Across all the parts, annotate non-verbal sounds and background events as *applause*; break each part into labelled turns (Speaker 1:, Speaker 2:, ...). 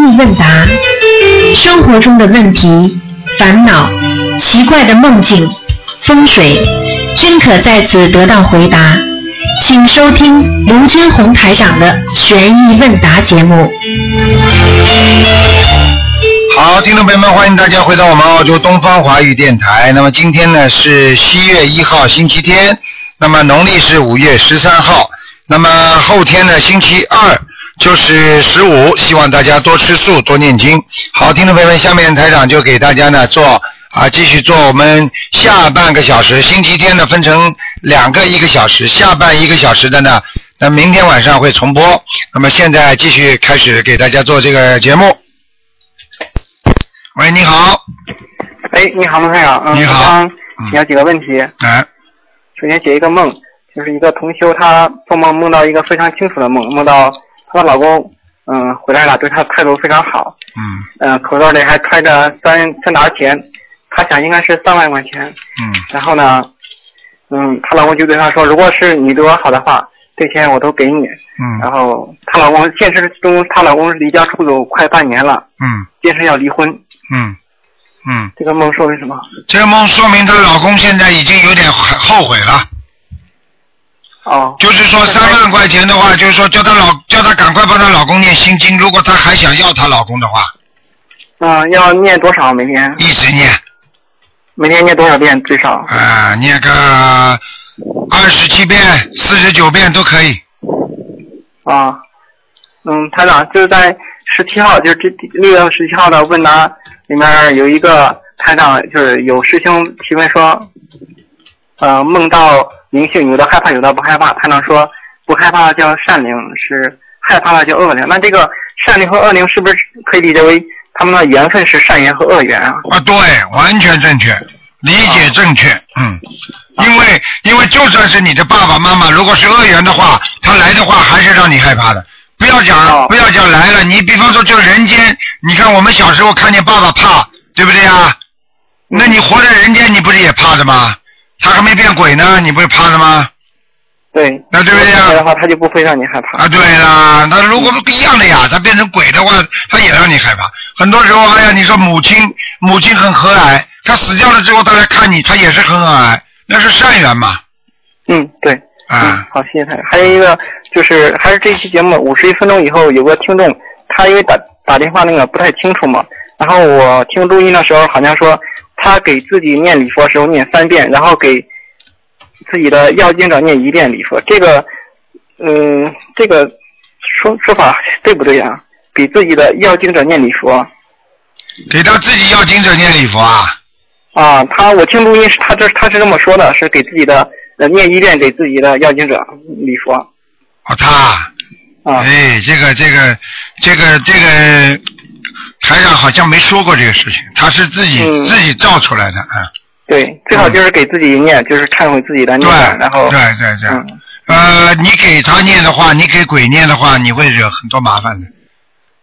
Speaker 1: 意问答，生活中的问题、烦恼、奇怪的梦境、风水，均可在此得到回答。请收听卢军红台长的《悬疑问答》节目。
Speaker 2: 好，听众朋友们，欢迎大家回到我们澳洲东方华语电台。那么今天呢是七月一号，星期天，那么农历是五月十三号，那么后天呢星期二就是十五，希望大家多吃素，多念经。好，听众朋友们，下面台长就给大家呢做啊，继续做我们下半个小时，星期天呢分成两个一个小时，下半一个小时的呢，那明天晚上会重播。那么现在继续开始给大家做这个节目。喂，你好，
Speaker 3: 哎，你好，孟太长。嗯，
Speaker 2: 你好
Speaker 3: 我想请教几个问题。
Speaker 2: 哎，
Speaker 3: 首先解一个梦，就是一个同修，她做梦梦到一个非常清楚的梦，梦到她的老公，嗯，回来了，对她态度非常好，
Speaker 2: 嗯
Speaker 3: 嗯，口袋里还揣着三三沓钱，她想应该是三万块钱。
Speaker 2: 嗯
Speaker 3: 然后呢，嗯，她老公就对她说，如果是你对我好的话，这钱我都给你。然
Speaker 2: 嗯
Speaker 3: 后她老公现实中，她老公离家出走快半年了，
Speaker 2: 嗯
Speaker 3: 坚持要离婚。
Speaker 2: 嗯嗯，
Speaker 3: 这个梦说明什么？
Speaker 2: 这个梦说明她老公现在已经有点后悔了，
Speaker 3: 哦，
Speaker 2: 就是说三万块钱的话，就是说叫她老叫她赶快帮她老公念心经，如果她还想要她老公的话，
Speaker 3: 嗯，要念多少每天？
Speaker 2: 一直念
Speaker 3: 每天念多少遍最少？
Speaker 2: 啊、念个二十七遍、四十九遍都可以。
Speaker 3: 啊，嗯，台长就是在十七号，就是这六月十七号的问答里面有一个台长，就是有师兄提问说，呃，梦到灵性，有的害怕，有的不害怕。台长说，不害怕叫善灵，是害怕了叫恶灵。那这个善灵和恶灵是不是可以理解为他们的缘分是善缘和恶缘啊？
Speaker 2: 啊，对，完全正确，理解正确，嗯，因为因为就算是你的爸爸妈妈，如果是恶缘的话，他来的话还是让你害怕的。不要讲
Speaker 3: 哦
Speaker 2: 不要讲来了，你比方说就人间，你看我们小时候看见爸爸怕，对不对呀？那你活在人间，你不是也怕的吗？他还没变鬼呢，你不是怕的吗？
Speaker 3: 对，
Speaker 2: 那对不对呀
Speaker 3: 的话，他就不会让你害怕。
Speaker 2: 啊，对啦，那如果不一样的呀，他变成鬼的话，他也让你害怕。很多时候，哎呀，你说母亲，母亲很和蔼，她死掉了之后，她来看你，她也是很和蔼，那是善缘嘛。
Speaker 3: 嗯，对。嗯
Speaker 2: 啊，，
Speaker 3: 好，谢谢台长。还有一个就是，还是这期节目五十一分钟以后，有个听众，他因为打打电话那个不太清楚嘛，然后我听录音的时候好像说，他给自己念礼佛的时候念三遍，然后给自己的要经者念一遍礼佛，这个，嗯，这个说说法对不对啊？给自己的要经者念礼佛
Speaker 2: 给他自己要经者念礼佛啊。
Speaker 3: 啊，他我听录音是他这他是这么说的，是给自己的呃念一遍给自己的要经者礼佛
Speaker 2: 哦，他啊，
Speaker 3: 啊。
Speaker 2: 哎，这个这个这个这个，台上好像没说过这个事情，他是自己、
Speaker 3: 嗯
Speaker 2: 自己造出来的啊。
Speaker 3: 对，最好就是给自己念，就是忏悔自己的
Speaker 2: 对
Speaker 3: 念，然后
Speaker 2: 对对对、
Speaker 3: 嗯，
Speaker 2: 呃，你给他念的话，你给鬼念的话，你会惹很多麻烦的。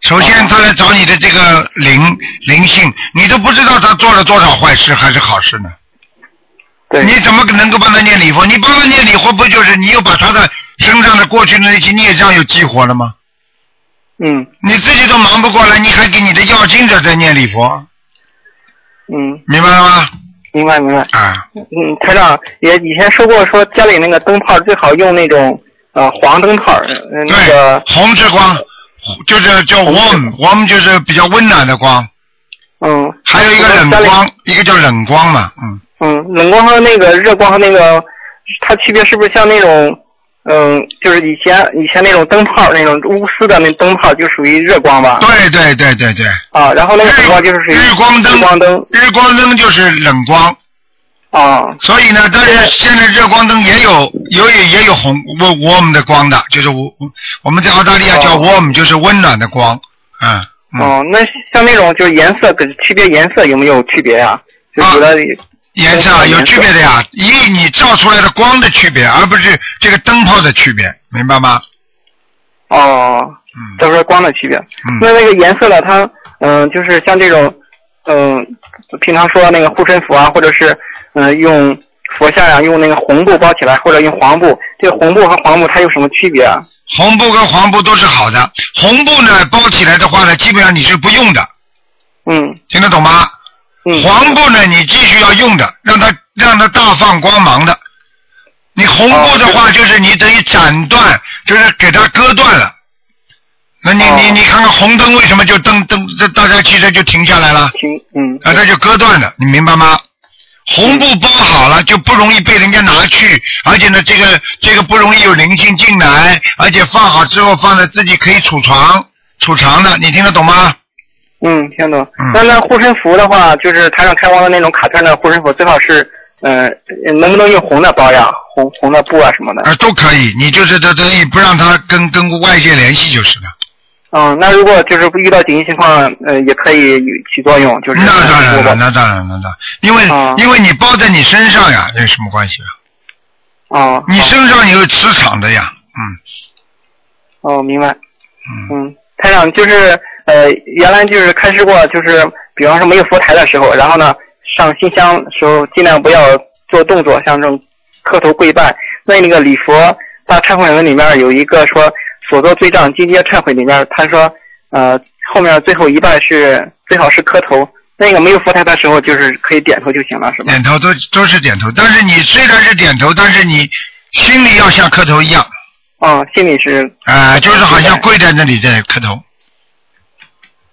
Speaker 2: 首先，
Speaker 3: 哦
Speaker 2: 他来找你的这个灵灵性，你都不知道他做了多少坏事还是好事呢？
Speaker 3: 对
Speaker 2: 你怎么能够帮他念礼佛？你帮他念礼佛，不就是你又把他的身上的过去的那些孽障又激活了吗？
Speaker 3: 嗯
Speaker 2: 你自己都忙不过来，你还给你的要经者在念礼佛，
Speaker 3: 嗯，
Speaker 2: 明白了吗？
Speaker 3: 明白明白。
Speaker 2: 啊，
Speaker 3: 嗯，台长也以前说过，说家里那个灯泡最好用那种呃黄灯泡，呃那
Speaker 2: 对
Speaker 3: 个，
Speaker 2: 红之光就是叫
Speaker 3: 红之光
Speaker 2: warm warm 就是比较温暖的光，
Speaker 3: 嗯，
Speaker 2: 还有一个冷
Speaker 3: 家里
Speaker 2: 光，一个叫冷光嘛，嗯。
Speaker 3: 嗯，冷光和那个热光和那个它区别是不是像那种？嗯，就是以前以前那种灯泡，那种钨丝的那灯泡就属于热光吧？
Speaker 2: 对对对对对，
Speaker 3: 啊，然后那个
Speaker 2: 日
Speaker 3: 冷光就是属于
Speaker 2: 日光灯
Speaker 3: 日光灯
Speaker 2: 日光灯就是冷光，
Speaker 3: 啊，
Speaker 2: 所以呢，但是现在热光灯也有有也也有红我我们的光的，就是我我们在澳大利亚叫
Speaker 3: 哦
Speaker 2: warm，、就是温暖的光，嗯嗯，
Speaker 3: 哦，那像那种就是颜色跟区别颜色有没有区别呀、就
Speaker 2: 啊
Speaker 3: 有的、
Speaker 2: 颜色啊有区别的呀，以你照出来的光的区别，而不是这个灯泡的区别，明白吗？
Speaker 3: 哦，
Speaker 2: 嗯
Speaker 3: 都是光的区别。
Speaker 2: 嗯，
Speaker 3: 那那个颜色呢？它嗯、就是像这种嗯、平常说那个护身符啊，或者是嗯、用佛像呀、用那个红布包起来，或者用黄布。这个红布和黄布它有什么区别啊？
Speaker 2: 红布跟黄布都是好的。红布呢包起来的话呢，基本上你是不用的，
Speaker 3: 嗯
Speaker 2: 听得懂吗？
Speaker 3: 嗯，
Speaker 2: 黄布呢你继续要用的，让它让它大放光芒的。你红布的
Speaker 3: 哦
Speaker 2: 话就是你等于斩断，就是给它割断了。那你你
Speaker 3: 哦
Speaker 2: 你看看红灯为什么就灯灯，这大家汽车就停下来了？
Speaker 3: 听嗯
Speaker 2: 啊，那就割断了，你明白吗？红布包好了就不容易被人家拿去，而且呢，这个这个不容易有灵性进来，而且放好之后放在自己可以储藏储藏的，你听得懂吗？
Speaker 3: 嗯，听懂
Speaker 2: 嗯。
Speaker 3: 那那护身符的话，就是台上开光的那种卡片的护身符，最好是呃，能不能用红的包呀？红红的布啊什么的。
Speaker 2: 啊，都可以，你就是这东西不让它跟跟外界联系就是了。
Speaker 3: 嗯，那如果就是遇到紧急情况，呃，也可以起作用，就是
Speaker 2: 那当然了，
Speaker 3: 我
Speaker 2: 那当然了，那当然，因为、
Speaker 3: 啊
Speaker 2: 因为你包在你身上呀，有什么关系啊？
Speaker 3: 哦，
Speaker 2: 你身上有磁场的呀，
Speaker 3: 哦，明白。
Speaker 2: 嗯嗯，
Speaker 3: 嗯，台长就是呃，原来就是开示过，就是比方说没有佛台的时候，然后呢上新香的时候，尽量不要做动作，像这种磕头跪拜。那那个礼佛大忏悔文里面有一个说所作罪障今皆忏悔里面，他说呃后面最后一半是最好是磕头。那个没有佛台的时候，就是可以点头就行了，是吧？
Speaker 2: 点头都都是点头，但是你虽然是点头，但是你心里要像磕头一样。
Speaker 3: 嗯，心里是
Speaker 2: 啊、就是好像
Speaker 3: 对
Speaker 2: 跪在那里在磕头。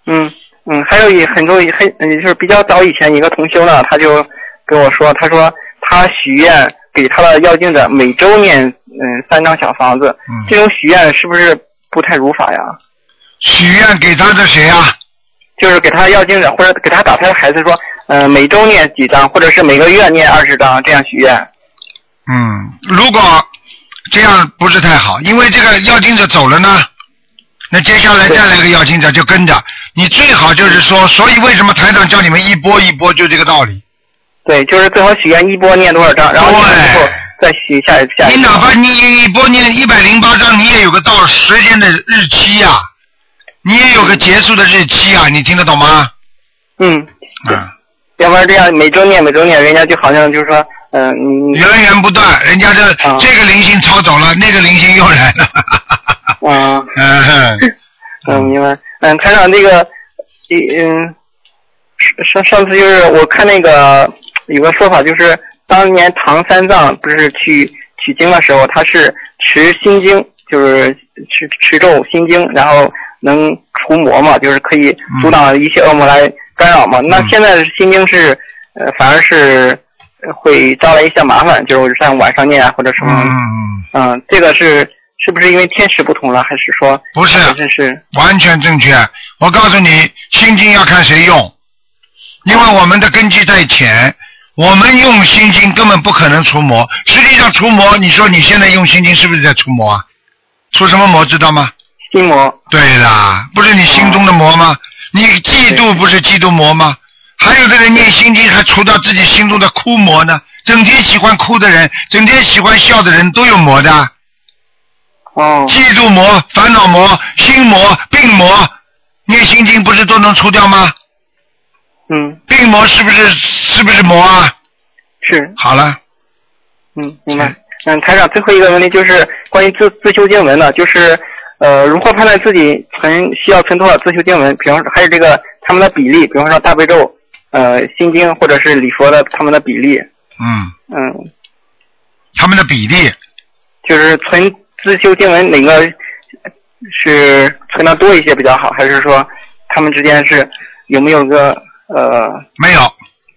Speaker 3: 嗯，嗯，还有一很多很嗯就是比较早以前一个同修呢，他就跟我说，他说他许愿给他的要经者每周念嗯三张小房子，这
Speaker 2: 嗯，
Speaker 3: 种许愿是不是不太如法呀？
Speaker 2: 许愿给他的谁啊？
Speaker 3: 就是给他要经者或者给他打胎的孩子说，嗯，每周念几张，或者是每个月念二十张这样许愿。
Speaker 2: 嗯，如果这样不是太好，因为这个要经者走了呢，那接下来
Speaker 3: 对
Speaker 2: 再来个要经者就跟着。你最好就是说，所以为什么台长叫你们一波一波，就这个道理。
Speaker 3: 对，就是最好许愿一波念多少张，然后念完之后再许下一下一
Speaker 2: 你哪怕你一波念一百零八章，你也有个到时间的日期呀、你也有个结束的日期啊呀、你听得懂吗？
Speaker 3: 嗯，
Speaker 2: 嗯，
Speaker 3: 要不然这样每周念每周念，人家就好像就是说，嗯、你你
Speaker 2: 源源不断，人家这、
Speaker 3: 啊
Speaker 2: 这个灵性抄走了，那个灵性又来了。 *laughs*
Speaker 3: 嗯。
Speaker 2: 嗯，
Speaker 3: 嗯，明白。嗯，台长，这个，一嗯，上上次就是我看那个有个说法，就是当年唐三藏不是去取经的时候，他是持心经，就是持持咒心经，然后能除魔嘛，就是可以阻挡一切恶魔来干扰嘛。那现在的心经是，呃，反而是呃会招来一些麻烦，就是像晚上念啊或者什么。
Speaker 2: 嗯，
Speaker 3: 嗯，这个是是不是因为天时不同了，还是说
Speaker 2: 不是
Speaker 3: 本身是？
Speaker 2: 完全正确。我告诉你，心经要看谁用，因为我们的根基在浅，我们用心经根本不可能除魔。实际上除魔，你说你现在用心经是不是在除魔啊？除什么魔知道吗？
Speaker 3: 心魔，
Speaker 2: 对啦，不是你心中的魔吗？你嫉妒不是嫉妒魔吗？还有的人念心经还除掉自己心中的哭魔呢，整天喜欢哭的人，整天喜欢笑的人都有魔的。啊
Speaker 3: 哦，
Speaker 2: 嫉妒魔、烦恼魔、心魔、病魔，念心经不是都能除掉吗？
Speaker 3: 嗯，
Speaker 2: 病魔是不是是不是魔啊？
Speaker 3: 是，
Speaker 2: 好了，
Speaker 3: 嗯，明白。嗯，台长，最后一个问题就是关于自自修经文的，就是呃，如何判断自己存需要存多少自修经文？比方说，还有这个他们的比例，比方说大悲咒、呃心经或者是礼佛的他们的比例，
Speaker 2: 嗯，
Speaker 3: 嗯，
Speaker 2: 他们的比例，
Speaker 3: 就是存自修经文哪个是存的多一些比较好，还是说他们之间是有没有个呃，
Speaker 2: 没有，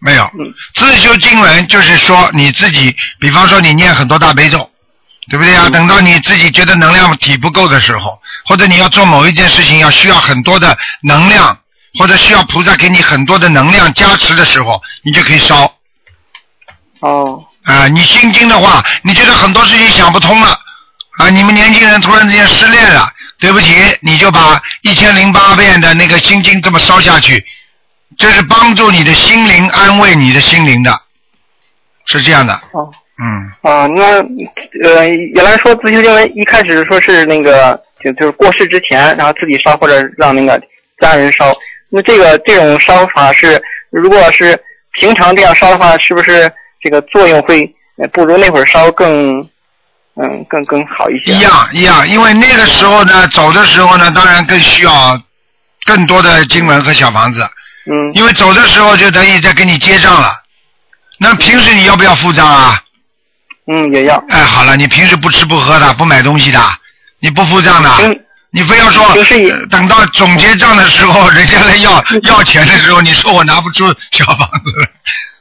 Speaker 2: 没有
Speaker 3: 嗯。
Speaker 2: 自修经文就是说你自己，比方说你念很多大悲咒，对不对啊？
Speaker 3: 嗯
Speaker 2: 等到你自己觉得能量体不够的时候，或者你要做某一件事情要需要很多的能量，或者需要菩萨给你很多的能量加持的时候，你就可以烧。
Speaker 3: 哦，
Speaker 2: 啊、你心经的话，你觉得很多事情想不通了，啊、你们年轻人突然之间失恋了，对不起，你就把一千零八遍的那个心经这么烧下去，这是帮助你的心灵，安慰你的心灵的，是这样的，
Speaker 3: 哦。
Speaker 2: 嗯，
Speaker 3: 啊，那呃，原来说自修经文一开始说是那个就就是过世之前，然后自己烧或者让那个家人烧。那这个这种烧法是，如果是平常这样烧的话，是不是这个作用会呃不如那会儿烧更嗯更更好一些。
Speaker 2: 一样一样，因为那个时候呢，走的时候呢，当然更需要更多的经文和小房子，
Speaker 3: 嗯
Speaker 2: 因为走的时候就等于在跟你结账了。那平时你要不要付账啊？
Speaker 3: 嗯也要。
Speaker 2: 哎，好了，你平时不吃不喝的，不买东西的，你不付账的，
Speaker 3: 平
Speaker 2: 你非要说
Speaker 3: 平时也
Speaker 2: 呃等到总结账的时候，人家来要要钱的时候，你说我拿不出小房子了，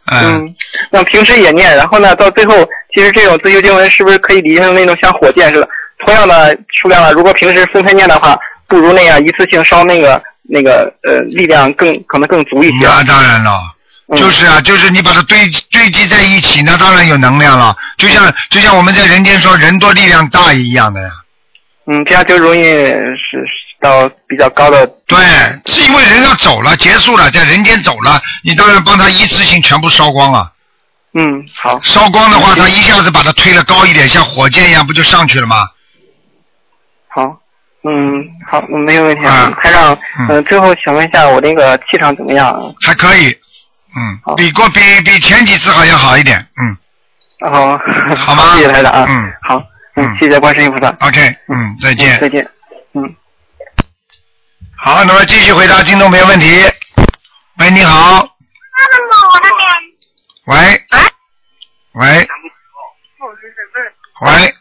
Speaker 2: 嗯，
Speaker 3: 嗯，那平时也念，然后呢，到最后，其实这种自修经文是不是可以理解成那种像火箭似的，同样的数量呢，如果平时分开念的话，不如那样一次性烧那个那个呃力量更可能更足一些。
Speaker 2: 那当然了。嗯
Speaker 3: 嗯、
Speaker 2: 就是啊，就是你把它堆积堆积在一起，那当然有能量了。就像就像我们在人间说人多力量大一样的呀。
Speaker 3: 嗯，这样就容易是是到比较高的。
Speaker 2: 对，是因为人要走了，结束了，在人间走了，你当然帮他一次性全部烧光了。
Speaker 3: 嗯，好，
Speaker 2: 烧光的话，他一下子把它推了高一点，像火箭一样，不就上去了吗？
Speaker 3: 好，嗯，好，没有问题。
Speaker 2: 啊
Speaker 3: 台长，
Speaker 2: 嗯
Speaker 3: 嗯、最后想问一下我那个气场怎么样？啊？
Speaker 2: 还可以，
Speaker 3: 好
Speaker 2: 嗯，比过比比前几次好像好一点，嗯
Speaker 3: 然后，
Speaker 2: 好吧
Speaker 3: 谢谢台长啊。
Speaker 2: 嗯，
Speaker 3: 好，
Speaker 2: 嗯
Speaker 3: 嗯，谢谢观世音菩萨。
Speaker 2: ，OK，嗯，再见
Speaker 3: 嗯。再见。嗯。
Speaker 2: 好，那么继续回答听众朋友问题。喂，你好。喂。喂。喂，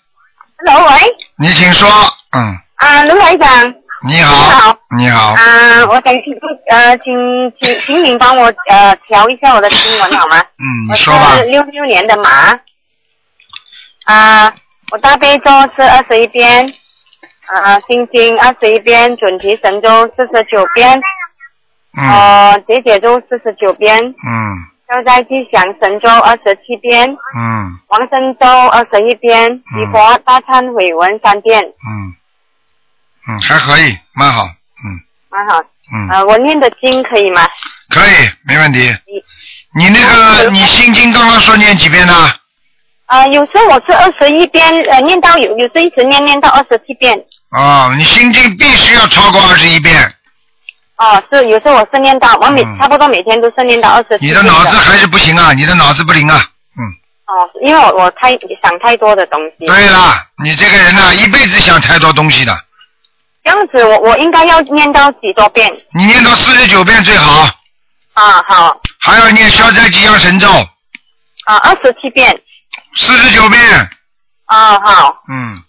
Speaker 4: 卢伟，
Speaker 2: 你请说。嗯，
Speaker 4: 啊，卢台长，
Speaker 2: 你好。你好。
Speaker 4: 啊，我想请呃，请请请您帮我呃调一下我的新闻好吗？
Speaker 2: 嗯，
Speaker 4: 我
Speaker 2: 你说吧
Speaker 4: 是。六六年的马，啊，我大悲咒是二十一遍，啊，心经二十一遍，准提神咒四十九遍，
Speaker 2: 嗯
Speaker 4: 呃，解解咒四十九遍，
Speaker 2: 嗯
Speaker 4: 消灾吉祥神咒二十七遍，
Speaker 2: 嗯
Speaker 4: 王生咒二十一遍，礼佛大忏悔文三遍，
Speaker 2: 嗯嗯，还可以，蛮好。嗯
Speaker 4: 蛮好。
Speaker 2: 嗯，
Speaker 4: 呃，我念的经可以吗？
Speaker 2: 可以，没问题。你啊那个，你心经刚刚说念几遍呢？
Speaker 4: 啊，有时候我是二十一遍，呃，念到有，有时候一直念念到二十七遍。
Speaker 2: 哦，你心经必须要超过二十一遍。
Speaker 4: 哦，是，有时候我是念到，我每、
Speaker 2: 嗯
Speaker 4: 差不多每天都是念到二十七
Speaker 2: 你
Speaker 4: 遍
Speaker 2: 的脑子还是不行啊，你的脑子不灵啊。嗯，
Speaker 4: 哦，因为我我太想太多的东西。
Speaker 2: 对啦，你这个人呐、一辈子想太多东西的。
Speaker 4: 这样子我我应该要念到几多遍？
Speaker 2: 你念到四十九遍最好，
Speaker 4: 啊，好，
Speaker 2: 还要念消灾吉祥神咒
Speaker 4: 啊，二十七遍。
Speaker 2: 四十九遍。
Speaker 4: 啊，好。
Speaker 2: 嗯，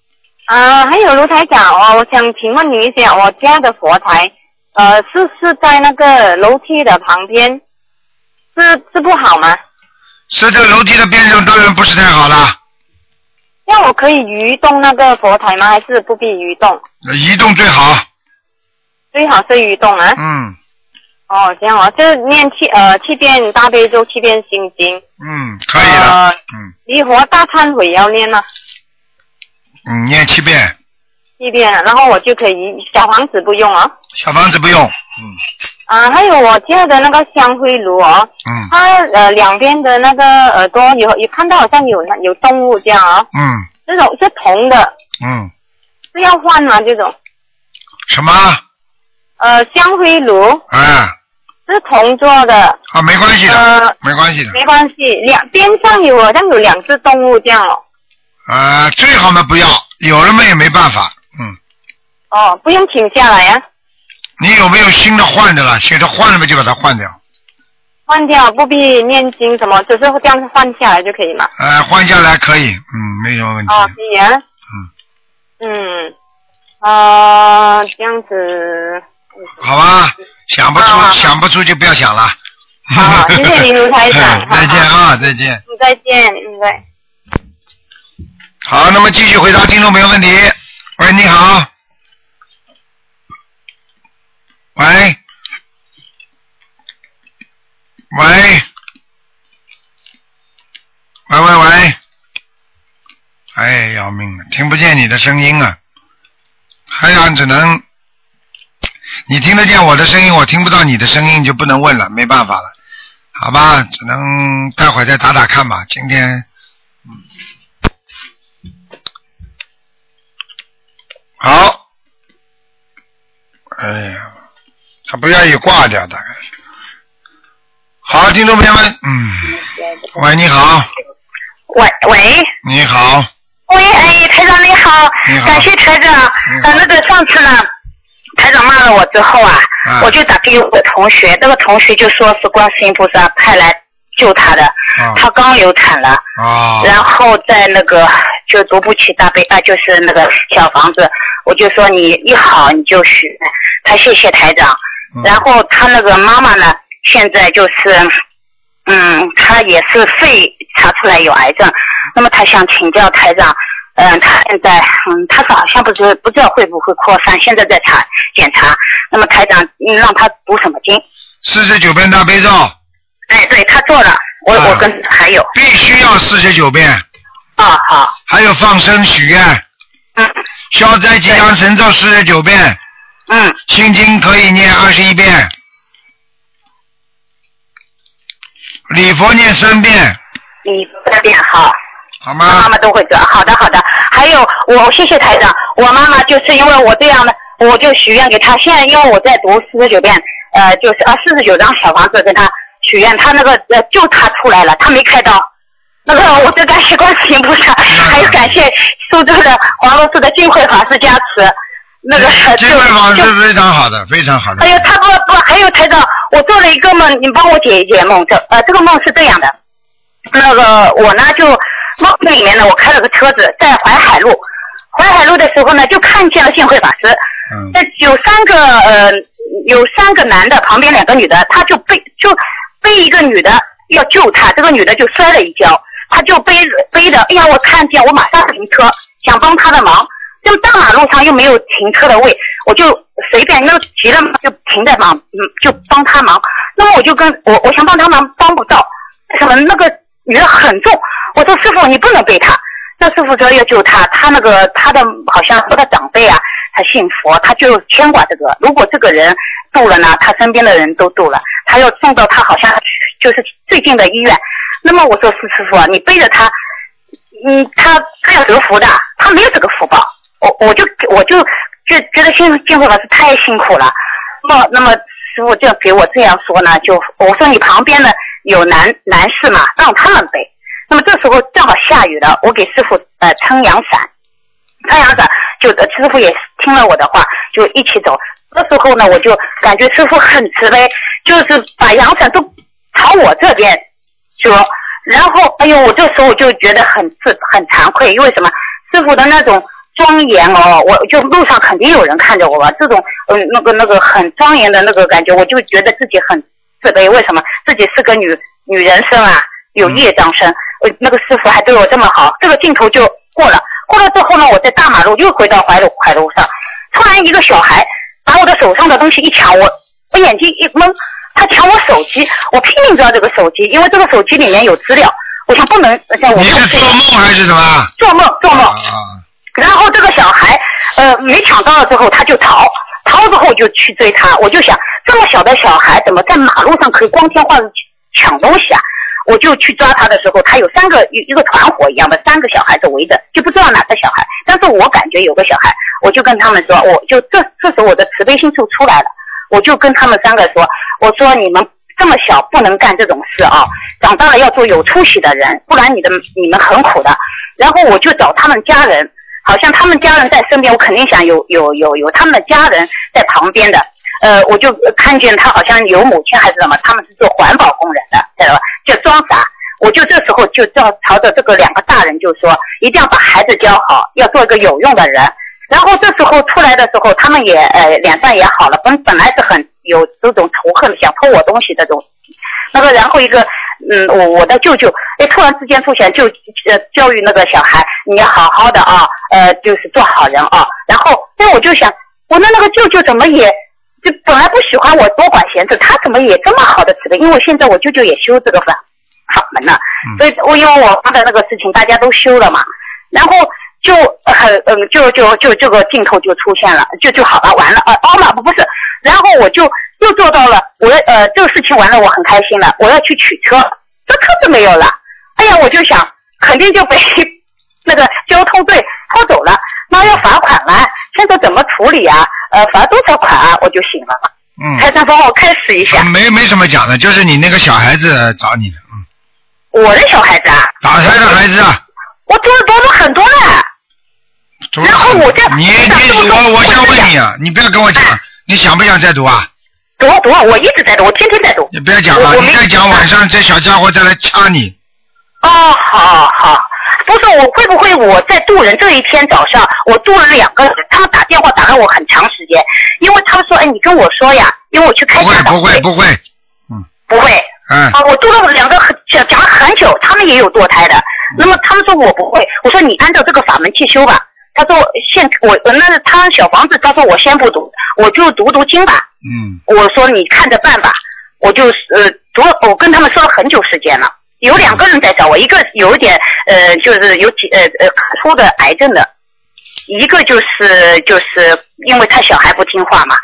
Speaker 4: 啊，还有卢台长，哦，我想请问你一下，我家的佛台，呃，是是在那个楼梯的旁边，是是不好吗？
Speaker 2: 是在楼梯的边上，当然不是太好啦。
Speaker 4: 那我可以移动那个佛台吗？还是不必移动？
Speaker 2: 移动最好。
Speaker 4: 最好是移动啊。
Speaker 2: 嗯
Speaker 4: 哦，这样啊，就是念七呃七遍大悲咒，七遍心经，
Speaker 2: 嗯，可以了。
Speaker 4: 呃
Speaker 2: 嗯
Speaker 4: 离佛大忏悔要念啊了
Speaker 2: 嗯，念七遍，
Speaker 4: 七遍啊，然后我就可以小房子不用哦。
Speaker 2: 小房子不用。嗯
Speaker 4: 啊，还有我家的那个香灰炉哦，
Speaker 2: 嗯
Speaker 4: 它呃两边的那个耳朵有有看到好像有那有动物这样啊、
Speaker 2: 嗯
Speaker 4: 这种是铜的，
Speaker 2: 嗯，
Speaker 4: 是要换吗？这种
Speaker 2: 什么？
Speaker 4: 呃香灰炉
Speaker 2: 哎
Speaker 4: 是铜做的，
Speaker 2: 啊，没关系的，
Speaker 4: 呃
Speaker 2: 没关系的。
Speaker 4: 没关系，两边上有啊好像有两只动物这样哦。
Speaker 2: 啊，最好嘛不要，有了嘛也没办法。嗯，
Speaker 4: 哦，不用请下来呀、啊，
Speaker 2: 你有没有新的换的了？写的换了嘛就把它换掉，
Speaker 4: 换掉不必念经什么，只是这样换下来就可以嘛。
Speaker 2: 呃，换下来可以，嗯，没什么问题。
Speaker 4: 哦，可以啊。嗯。嗯。啊、这样
Speaker 2: *laughs*
Speaker 4: 子。
Speaker 2: 好吧，想不出、
Speaker 4: 好好好
Speaker 2: 想不出就不要想了。
Speaker 4: 好哦
Speaker 2: *laughs*
Speaker 4: 谢谢您卢台长
Speaker 2: 哎再见啊，再见。
Speaker 4: 嗯，再见，嗯，对。
Speaker 2: 好，那么继续回答听众朋友问题。喂，你好。喂。喂。喂喂喂。哎，要命了，听不见你的声音啊！还想只能，你听得见我的声音，我听不到你的声音，就不能问了，没办法了，好吧，只能待会儿再打打看吧。今天好，哎呀，他不愿意挂掉，大概是。好，听众朋友们，嗯，喂，你好，
Speaker 5: 喂喂，
Speaker 2: 你好，
Speaker 5: 喂，哎，台好
Speaker 2: 你，好
Speaker 5: 感谢台长。呃，那个上次呢，台长骂了我之后啊，
Speaker 2: 啊
Speaker 5: 我就打给我的同学，那个同学就说是观世音菩萨派来救他的，他刚流产了，
Speaker 2: 啊
Speaker 5: 然后在那个就读不起大悲大，就是那个小房子，我就说你一好你就许愿，他谢谢台长。
Speaker 2: 嗯
Speaker 5: 然后他那个妈妈呢，现在就是，嗯，她也是肺查出来有癌症，那么她想请教台长，嗯、她现在，嗯，她是好像不知不知道会不会扩散，现在在查检查，那么台长、嗯、让她读什么经？
Speaker 2: 四十九遍大悲咒
Speaker 5: 哎，对她做了，我、
Speaker 2: 啊
Speaker 5: 我跟还有
Speaker 2: 必须要四十九遍，
Speaker 5: 啊，好，
Speaker 2: 还有放生许愿、
Speaker 5: 嗯
Speaker 2: 消灾吉祥神咒四十九遍，
Speaker 5: 嗯，
Speaker 2: 心经可以念二十一遍，礼佛念三遍，
Speaker 5: 你这边好。
Speaker 2: 好
Speaker 5: 妈
Speaker 2: 吗
Speaker 5: 妈？都会做。好的，好的。还有，我谢谢台长，我妈妈就是因为我这样的，我就许愿给她。现在因为我在读四十九遍，呃，就是啊四十九张小房子跟她许愿，她那个呃就她出来了，她没开刀。那个，我就感谢观世音菩萨，还有感谢苏州的黄罗寺的金慧法师加持。那个
Speaker 2: 这
Speaker 5: 就
Speaker 2: 份法
Speaker 5: 就
Speaker 2: 是非常好的，非常好
Speaker 5: 哎
Speaker 2: 的。
Speaker 5: 呦，他不不，还有台长，我做了一个梦，你帮我解一解梦。这呃，这个梦是这样的，那个我呢就梦里面呢，我开了个车子在淮海路，淮海路的时候呢，就看见了幸会法师，
Speaker 2: 嗯
Speaker 5: 那有三个呃，有三个男的，旁边两个女的，他就背就背一个女的要救他，这个女的就摔了一跤，他就背背的，哎呀，我看见，我马上停车，想帮他的忙，那么大马路上又没有停车的位，我就随便那个急了嘛，就停在忙，嗯，就帮他忙，那么我就跟我我想帮他忙，帮不到，为什么那个女的很重，我说师傅你不能背她，那师傅说要救她，她那个她的好像她的长辈啊，她信佛，她就牵挂这个。如果这个人度了呢，她身边的人都度了，她要送到她好像就是最近的医院。那么我说是师傅啊，你背着她，嗯，她她要得福的，她没有这个福报。我我就我就就觉得信信佛法师太辛苦了。那么那么师傅就给我这样说呢，就我说你旁边呢有男男士嘛，让他们背。那么这时候正好下雨了，我给师傅呃撑阳伞，撑阳伞就呃师傅也听了我的话，就一起走。这时候呢，我就感觉师傅很慈悲，就是把阳伞都朝我这边说，然后哎呦，我这时候就觉得很自很惭愧，因为什么？师傅的那种庄严哦，我就路上肯定有人看着我吧，这种嗯、那个那个很庄严的那个感觉，我就觉得自己很自卑。为什么？自己是个女女人身啊，有
Speaker 2: 嗯
Speaker 5: 业障身。呃，那个师傅还对我这么好，这个镜头就过了。过了之后呢，我在大马路又回到怀路怀路上，突然一个小孩把我的手上的东西一抢，我我眼睛一蒙，他抢我手机，我拼命抓这个手机，因为这个手机里面有资料，我想不能像我哦
Speaker 2: 你
Speaker 5: 没有
Speaker 2: 是
Speaker 5: 这
Speaker 2: 做
Speaker 5: 个
Speaker 2: 梦还是什么？
Speaker 5: 做梦做
Speaker 2: 啊
Speaker 5: 梦。
Speaker 2: 啊！
Speaker 5: 然后这个小孩，呃，没抢到了之后，他就逃，逃之后就去追他。我就想，这么小的小孩怎么在马路上可以光天化日抢东西啊？我就去抓他的时候，他有三个一一个团伙一样的三个小孩子围着，就不知道哪个小孩。但是我感觉有个小孩，我就跟他们说，我就这这时候我的慈悲心就出来了，我就跟他们三个说，我说你们这么小不能干这种事啊，长大了要做有出息的人，不然你的你们很苦的。然后我就找他们家人，好像他们家人在身边，我肯定想有有有有他们的家人在旁边的。呃，我就看见他好像有母亲还是什么，他们是做环保工人的，知道吧？就装傻。我就这时候就照朝着这个两个大人就说，一定要把孩子教好，要做一个有用的人。然后这时候出来的时候，他们也呃脸上也好了，本本来是很有这种仇恨，想偷我东西的这种那个然后一个嗯，我我的舅舅，哎，突然之间出现，就呃教育那个小孩，你要好好的啊，呃，就是做好人啊。然后，哎，我就想，我的那个舅舅怎么也就本来不喜欢我多管闲事，他怎么也这么好的慈悲？因为我现在我舅舅也修这个法法门了，所以我因为我发的那个事情大家都修了嘛，然后就很嗯、就就就这个镜头就出现了，就就好了，完了呃哦嘛不不是，然后我就又做到了，我要呃这个事情完了我很开心了，我要去取车，这车子没有了，哎呀我就想肯定就被 *laughs* 那个交通队偷走了，那要罚款了，现在怎么处理啊？呃罚多少款啊？我就醒了嘛，台
Speaker 2: 嗯，
Speaker 5: 长帮我开始一下，
Speaker 2: 没没什么讲的，就是你那个小孩子找你的，嗯，
Speaker 5: 我的小孩子啊，
Speaker 2: 打胎的孩子啊，
Speaker 5: 我做了多了很多了。
Speaker 2: 多
Speaker 5: 是我这
Speaker 2: 你
Speaker 5: 知道是不
Speaker 2: 你
Speaker 5: 是
Speaker 2: 我
Speaker 5: 我哎
Speaker 2: 我
Speaker 5: 这
Speaker 2: 想问
Speaker 5: 样
Speaker 2: 你啊，你不要跟我讲，你想不想再读啊？
Speaker 5: 读读，我一直在读，我天天在读。
Speaker 2: 你不要讲了，
Speaker 5: 我我
Speaker 2: 你
Speaker 5: 没
Speaker 2: 再讲晚上这小家伙再来掐你。
Speaker 5: 哦，好好，不是我会不会我在渡人这一天早上，我渡了两个人，他们打电话打了我很长时间，因为他们说，哎，你跟我说呀，因为我去开
Speaker 2: 不会
Speaker 5: 家长
Speaker 2: 不会
Speaker 5: 会，
Speaker 2: 不会，
Speaker 5: 不会
Speaker 2: 嗯，
Speaker 5: 啊，我渡了两个很讲讲了很久，他们也有堕胎的，那么他们说我不会，我说你按照这个法门去修吧，他说现我那他小房子，他说我先不读，我就读读经吧，
Speaker 2: 嗯，
Speaker 5: 我说你看着办吧，我就呃，昨我跟他们说了很久时间了，有两个人在找我，一个有点呃，就是有几呃呃出的癌症的，一个就是就是因为他小孩不听话嘛，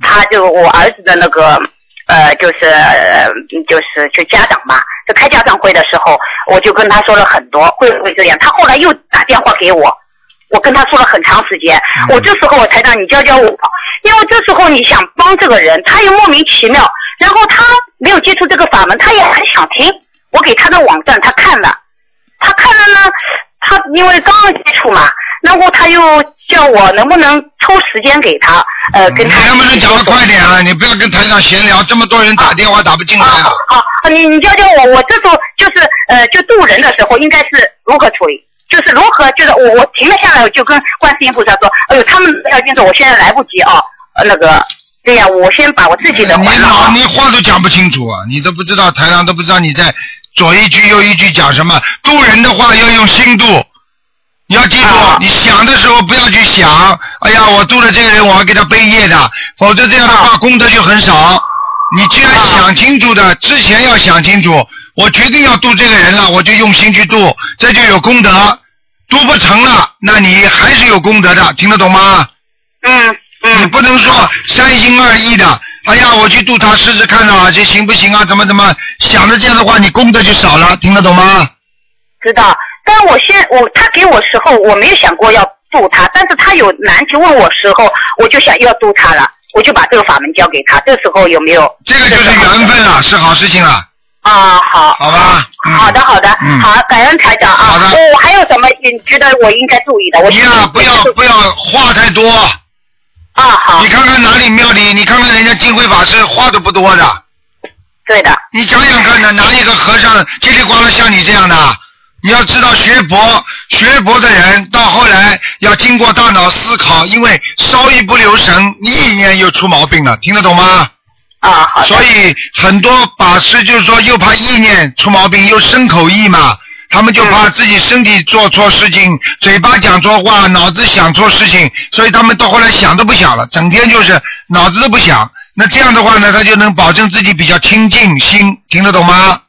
Speaker 5: 他就我儿子的那个呃就是呃就是就家长嘛，就开家长会的时候，我就跟他说了很多会不会这样，他后来又打电话给我。我跟他说了很长时间，
Speaker 2: 嗯
Speaker 5: 我这时候我才让你教教我，因为这时候你想帮这个人，他又莫名其妙，然后他没有接触这个法门，他也很想听。我给他的网站他看了，他看了呢，他因为刚刚接触嘛，然后他又叫我能不能抽时间给他，呃，跟
Speaker 2: 嗯你
Speaker 5: 他
Speaker 2: 能不能
Speaker 5: 一起
Speaker 2: 讲的
Speaker 5: 做
Speaker 2: 快点啊？你不要跟台上闲聊，这么多人打电话打不进来啊
Speaker 5: 啊！啊啊！你你教教我，我这时候就是呃，就渡人的时候应该是如何处理？就是如何，就是我我停了下来，我就跟观世音菩萨说，哎呦，他们要进走，我现在来不及啊，呃那个，对呀、我先把我自己的
Speaker 2: 嗯你
Speaker 5: 还了
Speaker 2: 老
Speaker 5: 啊。
Speaker 2: 你话都讲不清楚啊，你都不知道台上都不知道你在左一句右一句讲什么。渡人的话要用心渡，你要记住，
Speaker 5: 啊
Speaker 2: 你想的时候不要去想，哎呀，我渡了这个人，我要给他背业的，否则这样的
Speaker 5: 啊
Speaker 2: 话功德就很少。你既然想清楚的，之前要想清楚，我决定要渡这个人了，我就用心去渡，这就有功德。渡不成了，那你还是有功德的，听得懂吗？
Speaker 5: 嗯
Speaker 2: 你
Speaker 5: 嗯
Speaker 2: 不能说三心二意的，哎呀，我去度他试试看啊，这行不行啊？怎么怎么想着这样的话，你功德就少了，听得懂吗？
Speaker 5: 知道。但我现我他给我时候，我没有想过要渡他，但是他有难题问我时候，我就想要渡他了，我就把这个法门交给他。这时候有没有？
Speaker 2: 这个就是缘分了，是好事情了，
Speaker 5: 啊，好。
Speaker 2: 好吧？嗯、
Speaker 5: 好的，好的，
Speaker 2: 嗯
Speaker 5: 好，感恩台长啊。
Speaker 2: 好的
Speaker 5: 我我还有什么你觉得我应该注意的？我
Speaker 2: 你呀、不要不要话太多，
Speaker 5: 啊，好
Speaker 2: 你，看看哪里庙里，你看看人家金辉法师话都不多的，
Speaker 5: 对的，
Speaker 2: 你想想看呢，哪一个和尚叽里呱啦像你这样的？啊你要知道，学佛学佛的人到后来要经过大脑思考，因为稍一不留神，意念又出毛病了，听得懂吗？
Speaker 5: 啊，好的，
Speaker 2: 所以很多法师就是说，又怕意念出毛病，又生口意嘛，他们就
Speaker 5: 嗯
Speaker 2: 怕自己身体做错事情，嘴巴讲错话，脑子想错事情，所以他们到后来想都不想了，整天就是脑子都不想。那这样的话呢，他就能保证自己比较清净心，听得懂吗？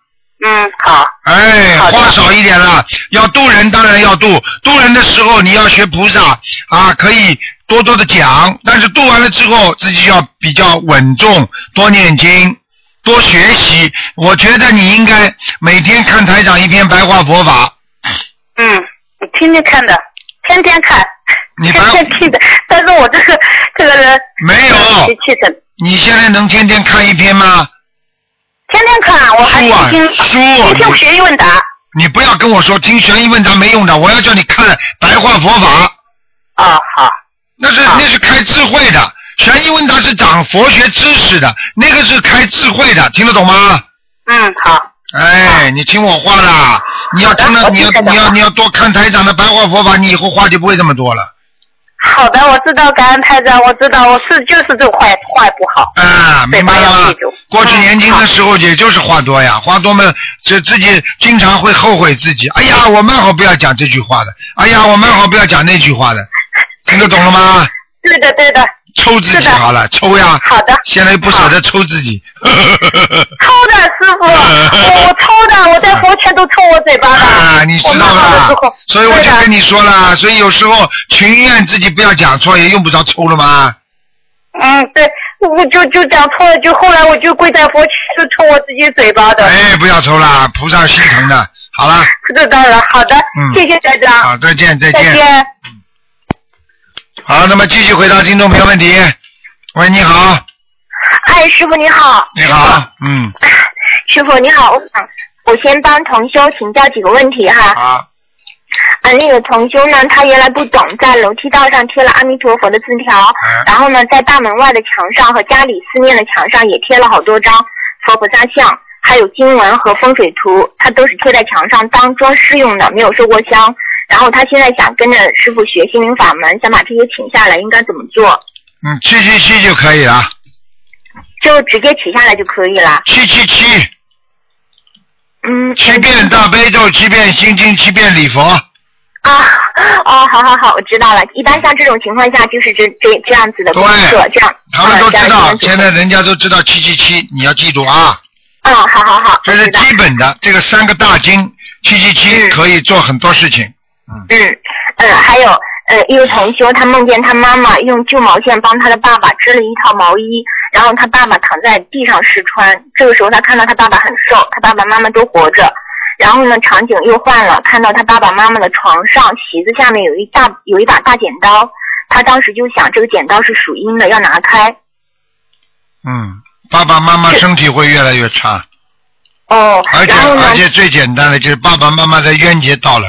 Speaker 5: 嗯，好，
Speaker 2: 哎，
Speaker 5: 好的
Speaker 2: 话少一点了。要渡人当然要渡，渡人的时候你要学菩萨啊，可以多多的讲，但是渡完了之后自己要比较稳重，多念经，多学习。我觉得你应该每天看台长一篇白话佛法，
Speaker 5: 嗯，我天天看的，天天看，
Speaker 2: 你哎
Speaker 5: 天
Speaker 2: 白
Speaker 5: 天听的，但是我这个这个人
Speaker 2: 没有
Speaker 5: 脾气真，
Speaker 2: 你现在能天天看一篇吗？
Speaker 5: 天天看，我还
Speaker 2: 书啊
Speaker 5: 听
Speaker 2: 书啊
Speaker 5: 听听
Speaker 2: 你
Speaker 5: 学一问答
Speaker 2: 你不要跟我说听悬疑问答没用的，我要叫你看白话佛法，
Speaker 5: 啊，好，
Speaker 2: 那是
Speaker 5: 啊
Speaker 2: 那是开智慧的。悬疑问答是长佛学知识的，那个是开智慧的，听得懂吗？
Speaker 5: 嗯，好，
Speaker 2: 哎，你听我话啦！你要听了，
Speaker 5: 好的
Speaker 2: 你要
Speaker 5: 啊我听台长
Speaker 2: 你要
Speaker 5: 的
Speaker 2: 你要多看台长的白话佛法，你以后话就不会这么多了。
Speaker 5: 好的，我知道，感恩台长，我知道，我是就是这个坏坏不好，
Speaker 2: 啊，
Speaker 5: 对嗯
Speaker 2: 明白了
Speaker 5: 我要
Speaker 2: 吗
Speaker 5: 记住？
Speaker 2: 过去年轻的时候也就是话多呀，话多嘛，这自己经常会后悔自己。哎呀，我蛮好不要讲这句话的，哎呀，我蛮好不要讲那句话的，听得懂了吗？
Speaker 5: 对的，对的，
Speaker 2: 抽自
Speaker 5: 是
Speaker 2: 己
Speaker 5: 的
Speaker 2: 好了，抽呀！
Speaker 5: 好的，
Speaker 2: 现在又不舍得抽自己。 *laughs*
Speaker 5: 抽的师傅，我我抽的，我在佛前都抽我嘴巴的。
Speaker 2: 啊，你知道
Speaker 5: 了
Speaker 2: 啦，，所以我就跟你说了，所以有时候情愿自己不要讲错，也用不着抽了吗？
Speaker 5: 对的嗯，对，我就就讲错了，就后来我就跪在佛前就抽我自己嘴巴的。
Speaker 2: 哎，不要抽啦，菩萨心疼的。好了，
Speaker 5: 知道了，好的，
Speaker 2: 嗯
Speaker 5: 谢谢台长，
Speaker 2: 好，再见，再
Speaker 5: 再
Speaker 2: 见。
Speaker 5: 见。
Speaker 2: 好，那么继续回答听众朋友问题。喂，你好，
Speaker 6: 哎，师傅你好，
Speaker 2: 你好，嗯，
Speaker 6: 师傅你好，我想我先帮同修请教几个问题哈。
Speaker 2: 好，
Speaker 5: 呃，那个同修呢，他原来不懂，在楼梯道上贴了阿弥陀佛的字条，
Speaker 2: 哎
Speaker 5: 然后呢，在大门外的墙上和家里四面的墙上也贴了好多张佛菩萨像，还有经文和风水图，他都是贴在墙上当装饰用的，没有收过香。然后他现在想跟着师傅学心灵法门，想把这些请下来，应该怎么做？
Speaker 2: 嗯，七七七就可以了，
Speaker 5: 就直接请下来就可以了。
Speaker 2: 七七七，
Speaker 5: 嗯，
Speaker 2: 七遍大悲咒，七遍心经，七遍礼佛。
Speaker 5: 啊，哦，好好好，我知道了。一般像这种情况下，就是这这这样子的功课，
Speaker 2: 对
Speaker 5: 这样
Speaker 2: 他们都
Speaker 5: 啊这样
Speaker 2: 知道，
Speaker 5: 这样
Speaker 2: 现在人家都知道七七七，你要记住啊，
Speaker 5: 嗯，好好好，
Speaker 2: 这
Speaker 5: 我
Speaker 2: 是
Speaker 5: 知道
Speaker 2: 基本的。这个三个大经，七七七可以做很多事情。
Speaker 5: 嗯嗯，还有呃，一个同修他梦见他妈妈用旧毛线帮他的爸爸织了一套毛衣，然后他爸爸躺在地上试穿。这个时候他看到他爸爸很瘦，他爸爸妈妈都活着。然后呢，场景又换了，看到他爸爸妈妈的床上席子下面有一大有一把大剪刀，他当时就想这个剪刀是属阴的，要拿开。
Speaker 2: 嗯，爸爸妈妈身体会越来越差，
Speaker 5: 哦
Speaker 2: 而，且
Speaker 5: 嗯然后呢？
Speaker 2: 而且最简单的就是爸爸妈妈的冤结到了，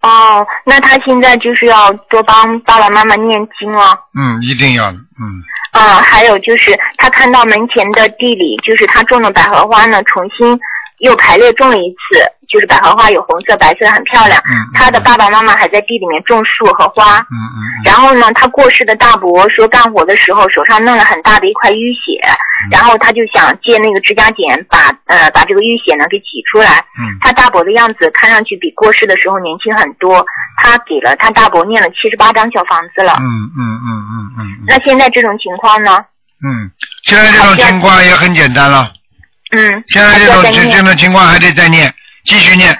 Speaker 5: 哦，那他现在就是要多帮爸爸妈妈念经了。
Speaker 2: 嗯，一定要的，嗯，
Speaker 5: 啊，还有就是他看到门前的地里，就是他种的百合花呢，重新又排列种了一次，就是百合花有红色、白色，很漂亮。
Speaker 2: 嗯嗯
Speaker 5: 他的爸爸妈妈还在地里面种树和花。
Speaker 2: 嗯嗯嗯。
Speaker 5: 然后呢，他过世的大伯说干活的时候手上弄了很大的一块淤血，
Speaker 2: 嗯
Speaker 5: 然后他就想借那个指甲剪把呃把这个淤血呢给挤出来。
Speaker 2: 嗯
Speaker 5: 他大伯的样子看上去比过世的时候年轻很多，他给了他大伯念了七十八张小房子了。
Speaker 2: 嗯嗯嗯嗯嗯嗯
Speaker 5: 那现在这种情况呢？
Speaker 2: 嗯，现在这种情况也很简单了，
Speaker 5: 嗯，
Speaker 2: 现在这
Speaker 5: 还需要再
Speaker 2: 种这
Speaker 5: 念
Speaker 2: 这种情况还得再念，继续念，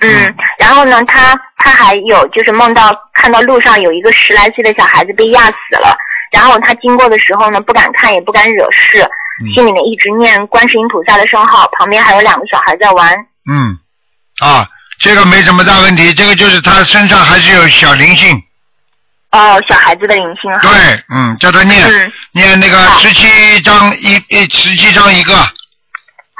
Speaker 5: 嗯，然后呢，他他还有就是梦到看到路上有一个十来岁的小孩子被压死了，然后他经过的时候呢，不敢看也不敢惹事，
Speaker 2: 嗯
Speaker 5: 心里面一直念观世音菩萨的圣号，旁边还有两个小孩在玩。
Speaker 2: 嗯，啊，这个没什么大问题，这个就是他身上还是有小灵性，
Speaker 5: 哦，小孩子的灵性哈。
Speaker 2: 对，嗯，叫他念、
Speaker 5: 嗯，
Speaker 2: 念那个十七章一一十七章一个，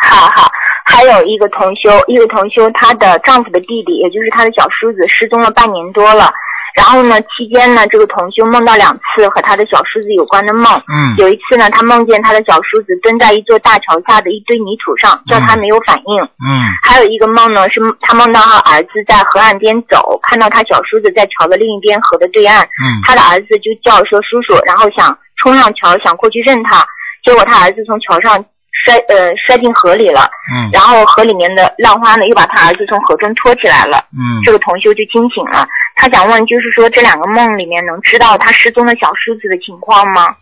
Speaker 5: 好好。还有一个同修，一个同修，她的丈夫的弟弟，也就是她的小叔子，失踪了半年多了。然后呢，期间呢，这个同修梦到两次和他的小叔子有关的梦。
Speaker 2: 嗯
Speaker 5: 有一次呢，他梦见他的小叔子蹲在一座大桥下的一堆泥土上，叫他没有反应。
Speaker 2: 嗯
Speaker 5: 还有一个梦呢，是他梦到他儿子在河岸边走，看到他小叔子在桥的另一边河的对岸，
Speaker 2: 嗯
Speaker 5: 他的儿子就叫说叔叔，然后想冲上桥想过去认他，结果他儿子从桥上摔呃摔进河里了，
Speaker 2: 嗯
Speaker 5: 然后河里面的浪花呢又把他儿子从河中拖起来了。
Speaker 2: 嗯
Speaker 5: 这个同修就惊醒了，他想问，就是说这两个梦里面能知道他失踪的小叔子的情况吗？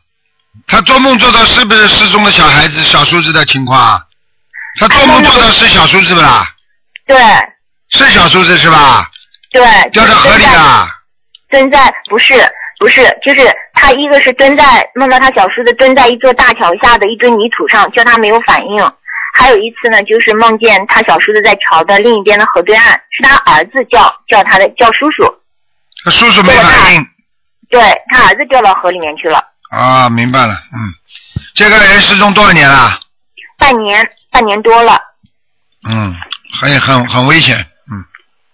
Speaker 2: 他做梦做到是不是失踪的小孩子小叔子的情况啊？他做梦做到是小叔子不啦？
Speaker 5: 对
Speaker 2: 是小叔子是吧？
Speaker 5: 对，
Speaker 2: 掉在河里了。
Speaker 5: 蹲在不是不是，就是他一个是蹲在梦到他小叔子蹲在一座大桥下的一堆泥土上，叫他没有反应。还有一次呢，就是梦见他小叔子在桥的另一边的河对岸，是他儿子叫叫他的叫叔叔，
Speaker 2: 他叔叔没反应
Speaker 5: 对他儿子掉到河里面去了，
Speaker 2: 啊，明白了，嗯，这个人失踪多少年了？
Speaker 5: 半年半年多了，
Speaker 2: 嗯，很很很危险，嗯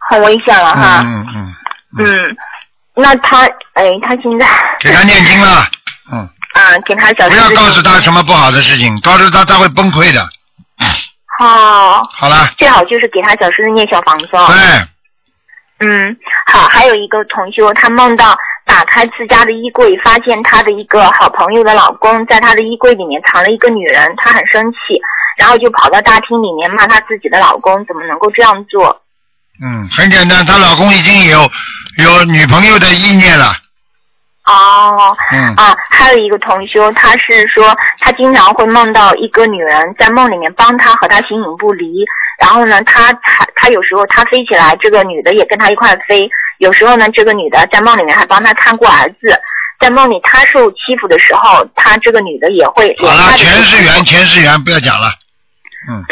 Speaker 5: 很危险了哈。
Speaker 2: 嗯嗯嗯，
Speaker 5: 嗯，那他，哎，他现在
Speaker 2: 给他念经了，嗯，
Speaker 5: 啊，给他小
Speaker 2: 不
Speaker 5: 侄
Speaker 2: 要
Speaker 5: 子
Speaker 2: 告诉他什么不好的事情，告诉他他会崩溃的。
Speaker 5: 好，
Speaker 2: 好了，
Speaker 5: 最好就是给他小侄子念小房子哦。
Speaker 2: 对，
Speaker 5: 嗯，好，还有一个同修，他梦到打开自家的衣柜，发现他的一个好朋友的老公在他的衣柜里面藏了一个女人，他很生气，然后就跑到大厅里面骂他自己的老公怎么能够这样做。
Speaker 2: 嗯，很简单，她老公已经有有女朋友的意念了，
Speaker 5: 哦，
Speaker 2: 嗯
Speaker 5: 啊，还有一个同修，他是说他经常会梦到一个女人在梦里面帮他和他形影不离，然后呢，他他他有时候他飞起来，这个女的也跟他一块飞，有时候呢，这个女的在梦里面还帮他看过儿子，在梦里他受欺负的时候，他这个女的也会
Speaker 2: 好
Speaker 5: 连他
Speaker 2: 了，
Speaker 5: 的
Speaker 2: 前世缘，前世缘，不要讲了，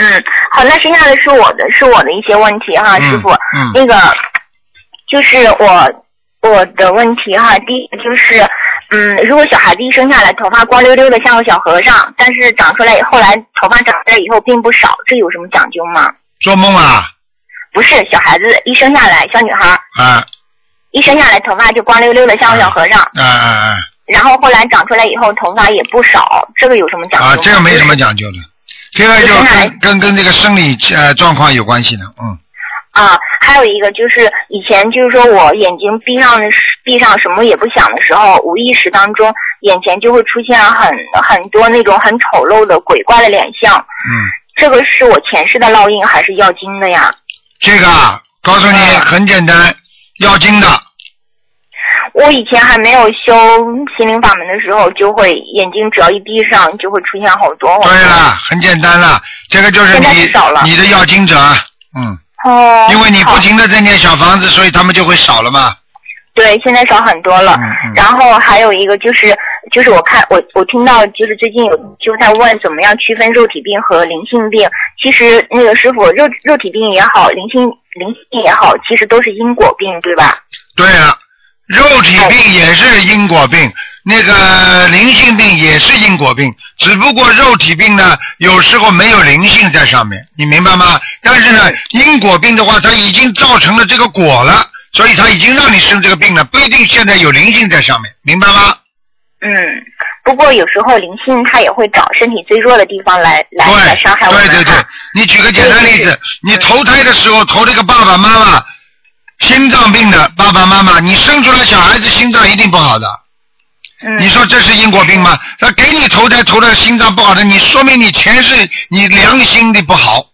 Speaker 5: 嗯，好，那剩下的是我的是我的一些问题哈，啊师
Speaker 2: 嗯
Speaker 5: 傅，
Speaker 2: 嗯
Speaker 5: 那个就是我我的问题哈，第一就是，嗯，如果小孩子一生下来头发光溜溜的，像个小和尚，但是长出来后来头发长出来以后并不少，这有什么讲究吗？
Speaker 2: 做梦啊，
Speaker 5: 不是小孩子，一生下来小女孩儿，
Speaker 2: 啊
Speaker 5: 一生下来头发就光溜溜的，像个小和尚。
Speaker 2: 啊啊
Speaker 5: 然后后来长出来以后，头发也不少，这个有什么
Speaker 2: 啊
Speaker 5: 讲究吗？
Speaker 2: 啊！这个没什么讲究的，这个就
Speaker 5: 接下来
Speaker 2: 跟跟跟这个生理呃状况有关系的，嗯
Speaker 5: 啊，还有一个就是以前就是说我眼睛闭上的时闭上什么也不想的时候，无意识当中眼前就会出现很很多那种很丑陋的鬼怪的脸相，
Speaker 2: 嗯。
Speaker 5: 这个是我前世的烙印还是要经的呀？
Speaker 2: 这个啊，告诉你
Speaker 5: 嗯
Speaker 2: 很简单，要经的，
Speaker 5: 哦我以前还没有修心灵法门的时候，就会眼睛只要一闭上就会出现好多。
Speaker 2: 对啊了，很简单了，这个就是
Speaker 5: 现在
Speaker 2: 你
Speaker 5: 是少了
Speaker 2: 你的要经者，嗯，
Speaker 5: 哦，
Speaker 2: 因为你不
Speaker 5: 好
Speaker 2: 停的在念小房子，所以他们就会少了嘛，
Speaker 5: 对，现在少很多了。
Speaker 2: 嗯嗯
Speaker 5: 然后还有一个就是，就是我看我我听到就是最近有就在问怎么样区分肉体病和灵性病。其实那个师傅，肉肉体病也好，灵性灵性病也好，其实都是因果病，对吧？
Speaker 2: 对了，肉体病也是因果病，那个灵性病也是因果病，只不过肉体病呢，有时候没有灵性在上面，你明白吗？但是
Speaker 5: 嗯
Speaker 2: 呢，因果病的话，它已经造成了这个果了，所以它已经让你生这个病了，不一定现在有灵性在上面，明白吗？
Speaker 5: 嗯。不过有时候灵性它也会找身体最弱的地方来来来伤害我们
Speaker 2: 对对对
Speaker 5: 哈，
Speaker 2: 你举个简单例
Speaker 5: 啊对对
Speaker 2: 子，你投胎的时候投这个爸爸妈妈心脏病的爸爸妈妈，你生出来小孩子心脏一定不好的，
Speaker 5: 嗯，
Speaker 2: 你说这是因果病吗？他给你投胎投的心脏不好的，你说明你前世你良心的不好。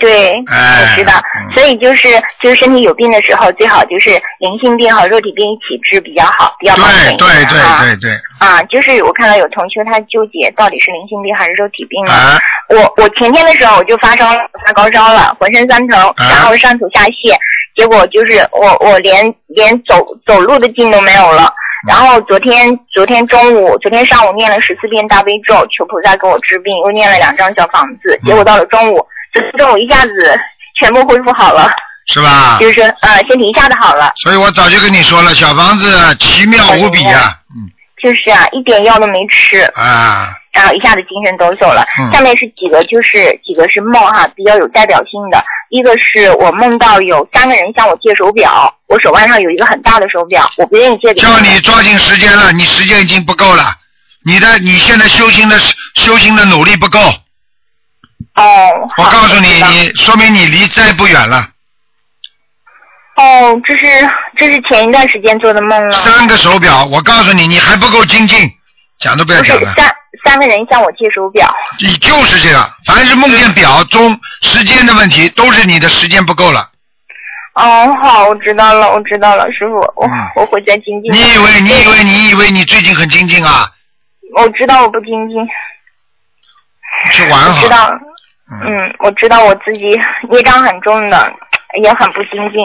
Speaker 5: 对，
Speaker 2: 哎
Speaker 5: 我知道
Speaker 2: 嗯。
Speaker 5: 所以就是就是身体有病的时候，最好就是灵性病和肉体病一起治比较好，比较保险
Speaker 2: 对
Speaker 5: 一点
Speaker 2: 对
Speaker 5: 哈
Speaker 2: 对对对，
Speaker 5: 啊，就是我看到有同学他纠结到底是灵性病还是肉体病呢？
Speaker 2: 啊
Speaker 5: 我我前天的时候我就发烧了，发高烧了，浑身酸疼，然后上吐下泻，结果就是我我连连走走路的劲都没有了。然后昨天昨天中午，昨天上午念了十四遍大悲咒，求菩萨给我治病，又念了两张小房子，结果到了中午，昨天中午一下子全部恢复好了，
Speaker 2: 是吧
Speaker 5: 就？是说呃身体一下子好了，
Speaker 2: 所以我早就跟你说了，小房子奇妙无比呀、
Speaker 5: 就是啊一点药都没吃，
Speaker 2: 啊，啊，
Speaker 5: 然后一下子精神抖擞了。
Speaker 2: 嗯
Speaker 5: 下面是几个，就是几个是梦哈，比较有代表性的。一个是我梦到有三个人向我借手表，我手腕上有一个很大的手表，我不愿意借给他
Speaker 2: 叫
Speaker 5: 们
Speaker 2: 你抓紧时间了，你时间已经不够了，你的你现在修行的修行的努力不够，
Speaker 5: 哦，
Speaker 2: 我
Speaker 5: 好
Speaker 2: 告诉
Speaker 5: 知
Speaker 2: 你，
Speaker 5: 道
Speaker 2: 你说明你离灾不远了。
Speaker 5: 哦，这是这是前一段时间做的梦啊了，
Speaker 2: 三个手表，我告诉你，你还不够精进，讲都不要
Speaker 5: 不是
Speaker 2: 讲了。
Speaker 5: 三三个人向我借手表。
Speaker 2: 你就是这样，凡是梦见表钟时间的问题，都是你的时间不够了。
Speaker 5: 哦，好，我知道了，我知道了，师傅，我、
Speaker 2: 嗯
Speaker 5: 我会再精进的。
Speaker 2: 你以为你以为你以为你最近很精进啊？
Speaker 5: 我知道我不精进，
Speaker 2: 去玩
Speaker 5: 知
Speaker 2: 好。
Speaker 5: 道，嗯，我知道我自己 *laughs* 业障很重的，也很不精进。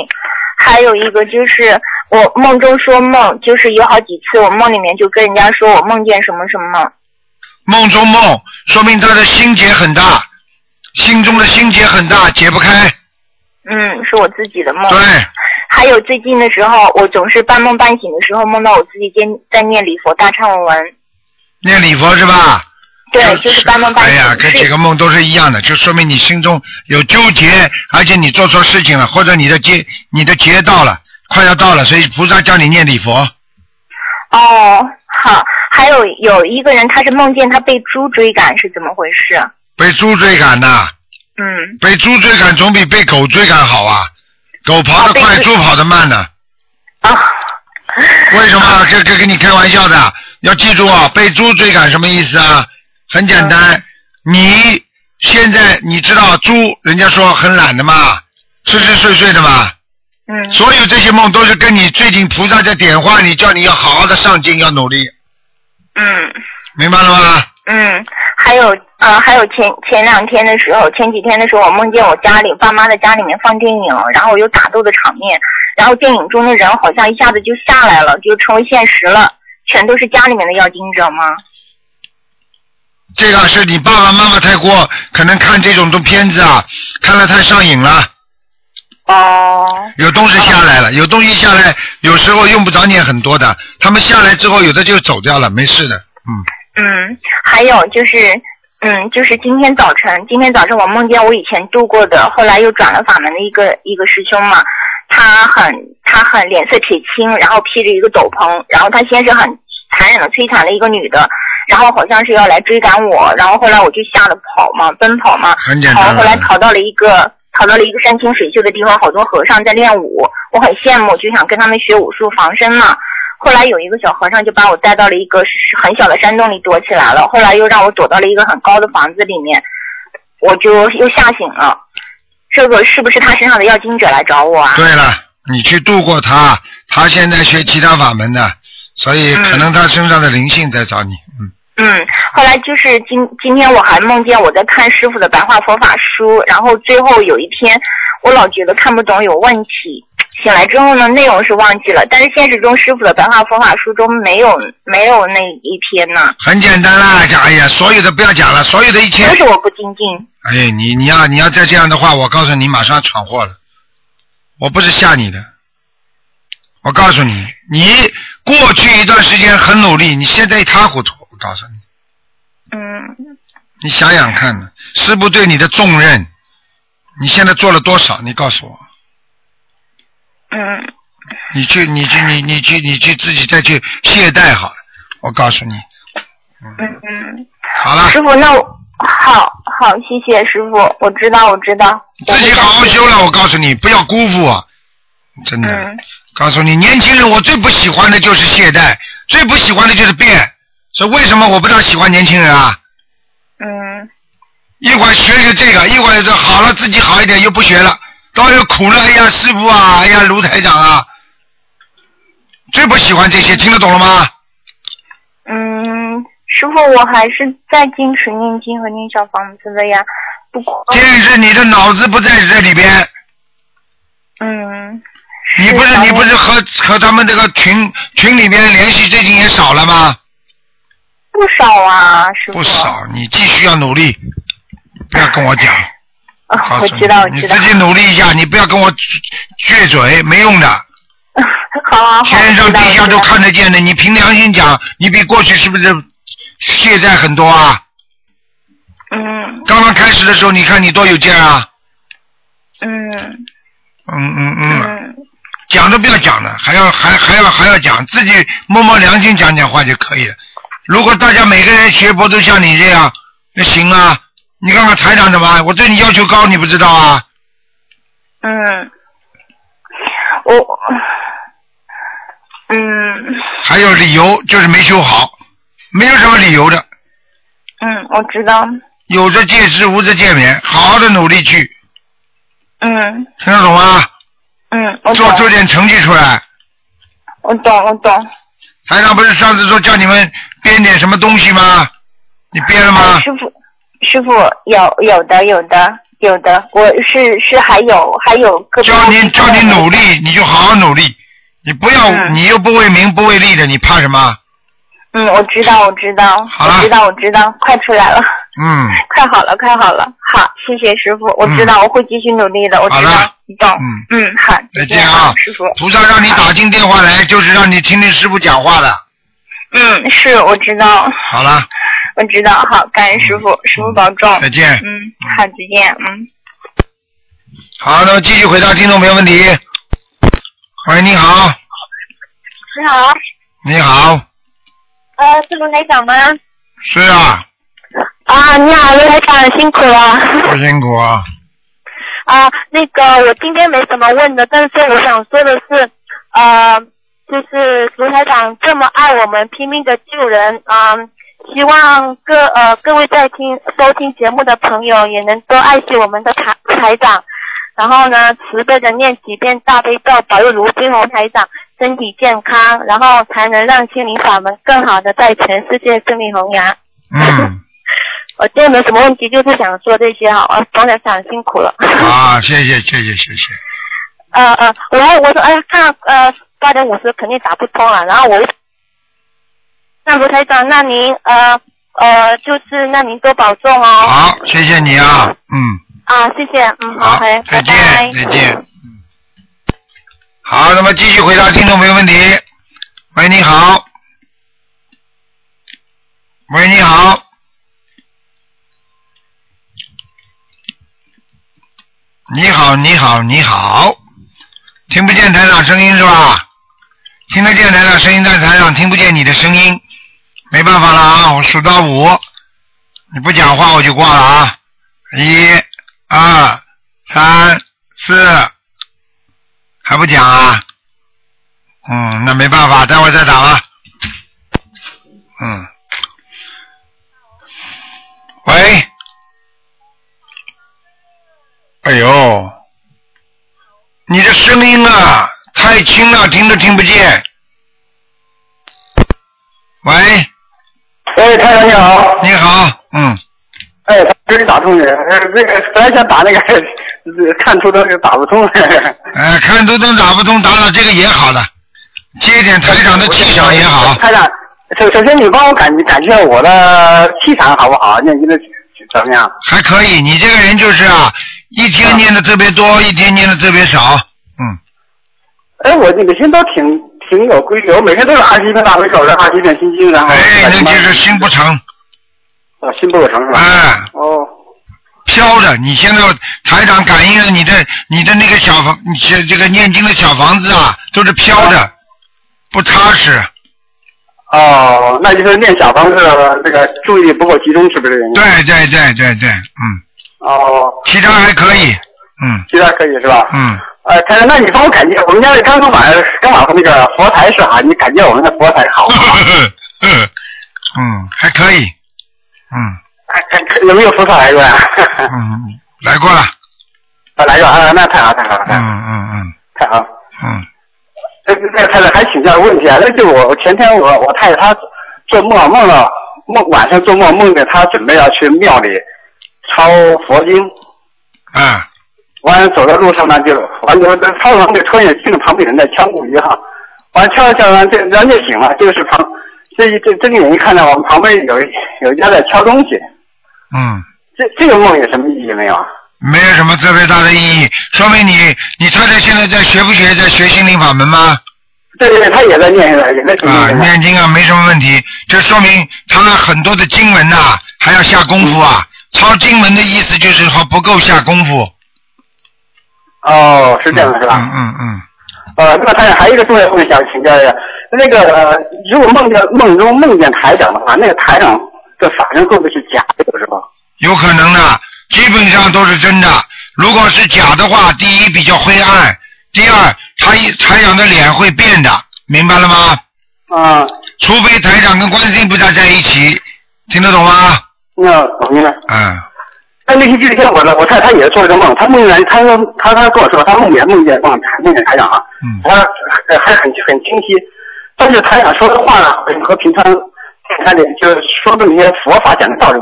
Speaker 5: 还有一个就是我梦中说梦，就是有好几次我梦里面就跟人家说我梦见什么什么，
Speaker 2: 梦中梦，说明他的心结很大，心中的心结很大，解不开。
Speaker 5: 嗯，是我自己的梦。
Speaker 2: 对，
Speaker 5: 还有最近的时候，我总是半梦半醒的时候梦到我自己在在念礼佛大忏悔文，
Speaker 2: 念礼佛是吧？
Speaker 5: 对，就是半梦半
Speaker 2: 哎
Speaker 5: 醒。
Speaker 2: 呀，跟
Speaker 5: 是
Speaker 2: 几个梦都是一样的，就说明你心中有纠结，而且你做错事情了，或者你的劫你的劫到了，快要到了，所以菩萨叫你念礼佛。
Speaker 5: 哦，好，还有有一个人他是梦见他被猪追赶，是怎么回事？啊
Speaker 2: 被猪追赶呐、
Speaker 5: 嗯，
Speaker 2: 被猪追赶总比被狗追赶好啊！狗跑得
Speaker 5: 啊
Speaker 2: 快，
Speaker 5: 被
Speaker 2: 猪跑得慢呢、
Speaker 5: 啊，
Speaker 2: 为什么？这这跟你开玩笑的，要记住啊！被猪追赶什么意思啊？很简单，你现在你知道猪，人家说很懒的嘛，吃吃睡睡的嘛，
Speaker 5: 嗯。
Speaker 2: 所有这些梦都是跟你最近菩萨在点化你，叫你要好好的上进，要努力，
Speaker 5: 嗯
Speaker 2: 明白了吗？
Speaker 5: 嗯，还有呃，还有前前两天的时候，前几天的时候，我梦见我家里爸妈在家里面放电影，然后有打斗的场面，然后电影中的人好像一下子就下来了，就成为现实了，全都是家里面的要经者吗？
Speaker 2: 这个是你爸爸妈妈太过可能看这种东片子啊，看了太上瘾了。
Speaker 5: 哦，
Speaker 2: 有东西下来了，有东西下来，有时候用不着念很多的。他们下来之后，有的就走掉了，没事的。嗯，
Speaker 5: 嗯，还有就是嗯，就是今天早晨，今天早晨我梦见我以前度过的，后来又转了法门的一个一个师兄嘛，他很他很脸色铁青，然后披着一个斗篷，然后他先是很残忍的摧残了一个女的，然后好像是要来追赶我，然后后来我就吓得跑嘛，奔跑嘛，
Speaker 2: 很简
Speaker 5: 跑
Speaker 2: 单
Speaker 5: 后来
Speaker 2: 了。
Speaker 5: 跑到了一个跑到了一个山清水秀的地方，好多和尚在练武，我很羡慕，就想跟他们学武术防身嘛。后来有一个小和尚就把我带到了一个很小的山洞里躲起来了，后来又让我躲到了一个很高的房子里面，我就又吓醒了。这个是不是他身上的要经者来找我啊？
Speaker 2: 对了，你去度过他，他现在学其他法门的，所以可能他身上的灵性在找你。嗯，
Speaker 5: 嗯，后来就是今今天我还梦见我在看师傅的白话佛法书，然后最后有一天我老觉得看不懂有问题，醒来之后呢内容是忘记了，但是现实中师傅的白话佛法书中没有没有那一篇呢，
Speaker 2: 很简单啦，讲哎呀，所有的不要讲了，所有的一切
Speaker 5: 就，是我不精进。
Speaker 2: 哎，你你要你要再这样的话，我告诉你，马上闯祸了。我不是吓你的，我告诉你，你过去一段时间很努力，你现在一塌糊涂。我告诉你，
Speaker 5: 嗯
Speaker 2: 你想想看，师傅对你的重任，你现在做了多少？你告诉我。
Speaker 5: 嗯
Speaker 2: 你去，你去，你你去，你去自己再去懈怠好了。我告诉你，
Speaker 5: 嗯嗯，
Speaker 2: 好了，
Speaker 5: 师傅，那我好好谢谢师傅，我知道我知道，我
Speaker 2: 自
Speaker 5: 会
Speaker 2: 己好好
Speaker 5: 相信
Speaker 2: 修了。我告诉你，不要辜负我，真的。
Speaker 5: 嗯
Speaker 2: 告诉你，年轻人我最不喜欢的就是懈怠，最不喜欢的就是变。所以为什么我不大喜欢年轻人啊？
Speaker 5: 嗯
Speaker 2: 一会儿学学这个，一会儿说好了自己好一点又不学了，到时候苦了，哎呀师傅啊，哎呀卢台长啊，最不喜欢这些，听得懂了吗？
Speaker 5: 嗯，师傅，我还是在坚持念经和念小房子的呀。不过，
Speaker 2: 电视你的脑子不在这里边，
Speaker 5: 嗯，
Speaker 2: 你不是
Speaker 5: 然后
Speaker 2: 你不是和和他们这个群群里边联系最近也少了吗？
Speaker 5: 不少啊，师傅。
Speaker 2: 不少，你继续要努力，不要跟我讲。
Speaker 5: 啊，
Speaker 2: 告
Speaker 5: 我
Speaker 2: 诉你
Speaker 5: 知道，我
Speaker 2: 你
Speaker 5: 知道
Speaker 2: 自。己努力一下，你不要跟我撅嘴，没用的。
Speaker 5: *laughs* 好啊好好，
Speaker 2: 天上
Speaker 5: 我知道
Speaker 2: 地下
Speaker 5: 我知
Speaker 2: 都
Speaker 5: 道
Speaker 2: 看得见的，你凭良心讲，你比过去是不是懈怠很多啊？
Speaker 5: 嗯
Speaker 2: 刚刚开始的时候，你看你多有劲啊！
Speaker 5: 嗯
Speaker 2: 嗯嗯嗯，
Speaker 5: 嗯
Speaker 2: 讲都不要讲了，还要还还要还要讲，自己摸摸良心讲讲话就可以了。如果大家每个人学佛都像你这样，那行啊！你看看台长怎么办，我对你要求高，你不知道啊？
Speaker 5: 嗯，我嗯
Speaker 2: 还有理由就是没修好，没有什么理由的，
Speaker 5: 嗯，我知道。
Speaker 2: 有则戒之，无则戒勉，好好的努力去，
Speaker 5: 嗯
Speaker 2: 听得懂吗？
Speaker 5: 嗯，我懂
Speaker 2: 做，做点成绩出来。
Speaker 5: 我懂，我懂。
Speaker 2: 台长不是上次说叫你们编点什么东西吗？你编了吗
Speaker 5: 哎？师傅，师傅有有的有的有的，我是是还有还有各
Speaker 2: 叫你叫你努力，你就好好努力，你不要、
Speaker 5: 嗯
Speaker 2: 你又不为名不为利的，你怕什么？
Speaker 5: 嗯，我知道我知道，
Speaker 2: 好了
Speaker 5: 我知道我知道，快出来了，
Speaker 2: 嗯
Speaker 5: 快好了快好了，好，谢谢师傅，我知道、我会继续努力的，我知
Speaker 2: 好了
Speaker 5: 道，你懂，
Speaker 2: 嗯，
Speaker 5: 嗯，好，
Speaker 2: 再
Speaker 5: 见
Speaker 2: 见啊
Speaker 5: 师傅，！
Speaker 2: 菩萨让你打进电话来，就是让你听听师傅讲话的。
Speaker 5: 嗯，是我知道
Speaker 2: 好了，
Speaker 5: 我知道，好，感恩师傅，师傅保重，
Speaker 2: 嗯再见。
Speaker 5: 嗯，好，再见，嗯。
Speaker 2: 好，那么继续回答听众朋友问题。喂，你好，
Speaker 7: 你好，
Speaker 2: 你好，
Speaker 7: 呃，是卢台长吗？
Speaker 2: 是啊，
Speaker 7: 啊，你好，卢台长，辛苦了。
Speaker 2: 不辛苦啊。
Speaker 7: 啊，那个我今天没什么问的，但是我想说的是，呃，就是卢台长这么爱我们，拼命的救人，啊、希望各呃各位在听收听节目的朋友也能多爱惜我们的台台长，然后呢，慈悲的念几遍大悲咒，保佑卢金红台长身体健康，然后才能让心灵法门更好的在全世界顺利弘扬。
Speaker 5: *laughs*
Speaker 2: 嗯，
Speaker 7: 我今天没什么问题，就是想说这些哈，啊，王台长辛苦了。
Speaker 2: 啊，谢谢谢谢谢谢。
Speaker 7: 呃呃，然后我说，哎，看呃八点五十肯定打不通啊了，然后我那卢台长，那您呃呃就是那您多保重哦。
Speaker 2: 好，谢谢你啊，嗯，
Speaker 7: 啊，谢谢，嗯，
Speaker 2: 好，
Speaker 7: k 拜
Speaker 2: 再
Speaker 7: 拜
Speaker 2: 见，。再见。嗯好，那么继续回答听众朋友问题。喂，你好。喂，你好。你好，你好，你好，听不见台长声音是吧？听得见台长声音，但台长听不见你的声音，没办法了啊！我数到五，你不讲话我就挂了啊！一、二、三、四，还不讲啊？嗯，那没办法，待会儿再打吧。嗯。喂。哎呦，你的声音啊，太轻了，听都听不见。喂，
Speaker 3: 哎，台长你好，
Speaker 2: 你好，嗯，
Speaker 3: 哎，终于打通了。呃那个本来想打那个，呃看图都打不
Speaker 2: *laughs*
Speaker 3: 通了。
Speaker 2: 哎、看都灯打不通，打打这个也好的，接一点台长的气场也好。啊
Speaker 3: 台长，首首先你帮我感感觉我的气场好不好？念经的怎么样？
Speaker 2: 还可以，你这个人就是啊，一天念的特别多，一天念的特别少。嗯，
Speaker 3: 哎，我每天都挺挺有规律，我每天都是二十一遍大悲咒，然后二十一遍心经，然后
Speaker 2: 哎，那就是心不诚，
Speaker 3: 啊心不可成是吧？
Speaker 2: 哎，
Speaker 3: 哦，
Speaker 2: 飘着。你现在台长感应了你的你的那个小房，你这这个念经的小房子啊，都是飘着，不踏实。
Speaker 3: 哦，那就是念小方式，这个注意力不够集中，是不是这个原因？
Speaker 2: 对对对对对，嗯，
Speaker 3: 哦，
Speaker 2: 其他还可以，嗯
Speaker 3: 其他可以是吧？
Speaker 2: 嗯，
Speaker 3: 呃，台长，那你帮我感觉我们家刚刚买刚买回那个佛台是哈，你感觉我们的佛台好不好？
Speaker 2: 嗯，还可以，嗯
Speaker 3: *laughs* 有没有菩萨来过呀？
Speaker 2: 嗯，来过了，
Speaker 3: 啊来过啊，那太好太好了
Speaker 2: 嗯嗯嗯
Speaker 3: 太好。
Speaker 2: 嗯，
Speaker 3: 这这太太还请教个问题啊，那就我前天我我太太她做梦梦了梦晚上做梦梦见她准备要去庙里抄佛经，
Speaker 2: 啊。
Speaker 3: 完了走在路上呢就完了抄完就突然也听着旁边有人在敲木鱼哈，完了敲着敲着完这然后就醒了，就是旁这一这睁眼一看到我们旁边有一有一家在敲东西，
Speaker 2: 嗯，
Speaker 3: 这这个梦有什么意义没有啊？
Speaker 2: 没有什么特别大的意义，说明你你太太现在在学不学在学心灵法门吗？
Speaker 3: 对对，对他也在念，也在听。
Speaker 2: 啊，念经啊没什么问题，这说明他很多的经文呐、还要下功夫啊。抄经文的意思就是说不够下功夫，
Speaker 3: 哦，是这样的是吧？
Speaker 2: 嗯嗯嗯，
Speaker 3: 呃，那他还有一个重要问题想请教一下，那个、呃、如果梦见梦中梦见台长的话，那个台长的法身会不会是假的，是吧？
Speaker 2: 有可能的，基本上都是真的。如果是假的话，第一比较灰暗，第二他一台长的脸会变的，明白了吗？
Speaker 3: 啊、
Speaker 2: 除非台长跟观世音菩萨在一起，听得懂吗？
Speaker 3: 那我明白。
Speaker 2: 嗯。
Speaker 3: 那那天就像我的，我太太也做了个梦，她梦见她说她她跟我说，她梦见梦见梦见梦见台长啊，
Speaker 2: 嗯
Speaker 3: 她还还很很清晰，但是台长说的话呢，和平常他的就是说的那些佛法讲的道理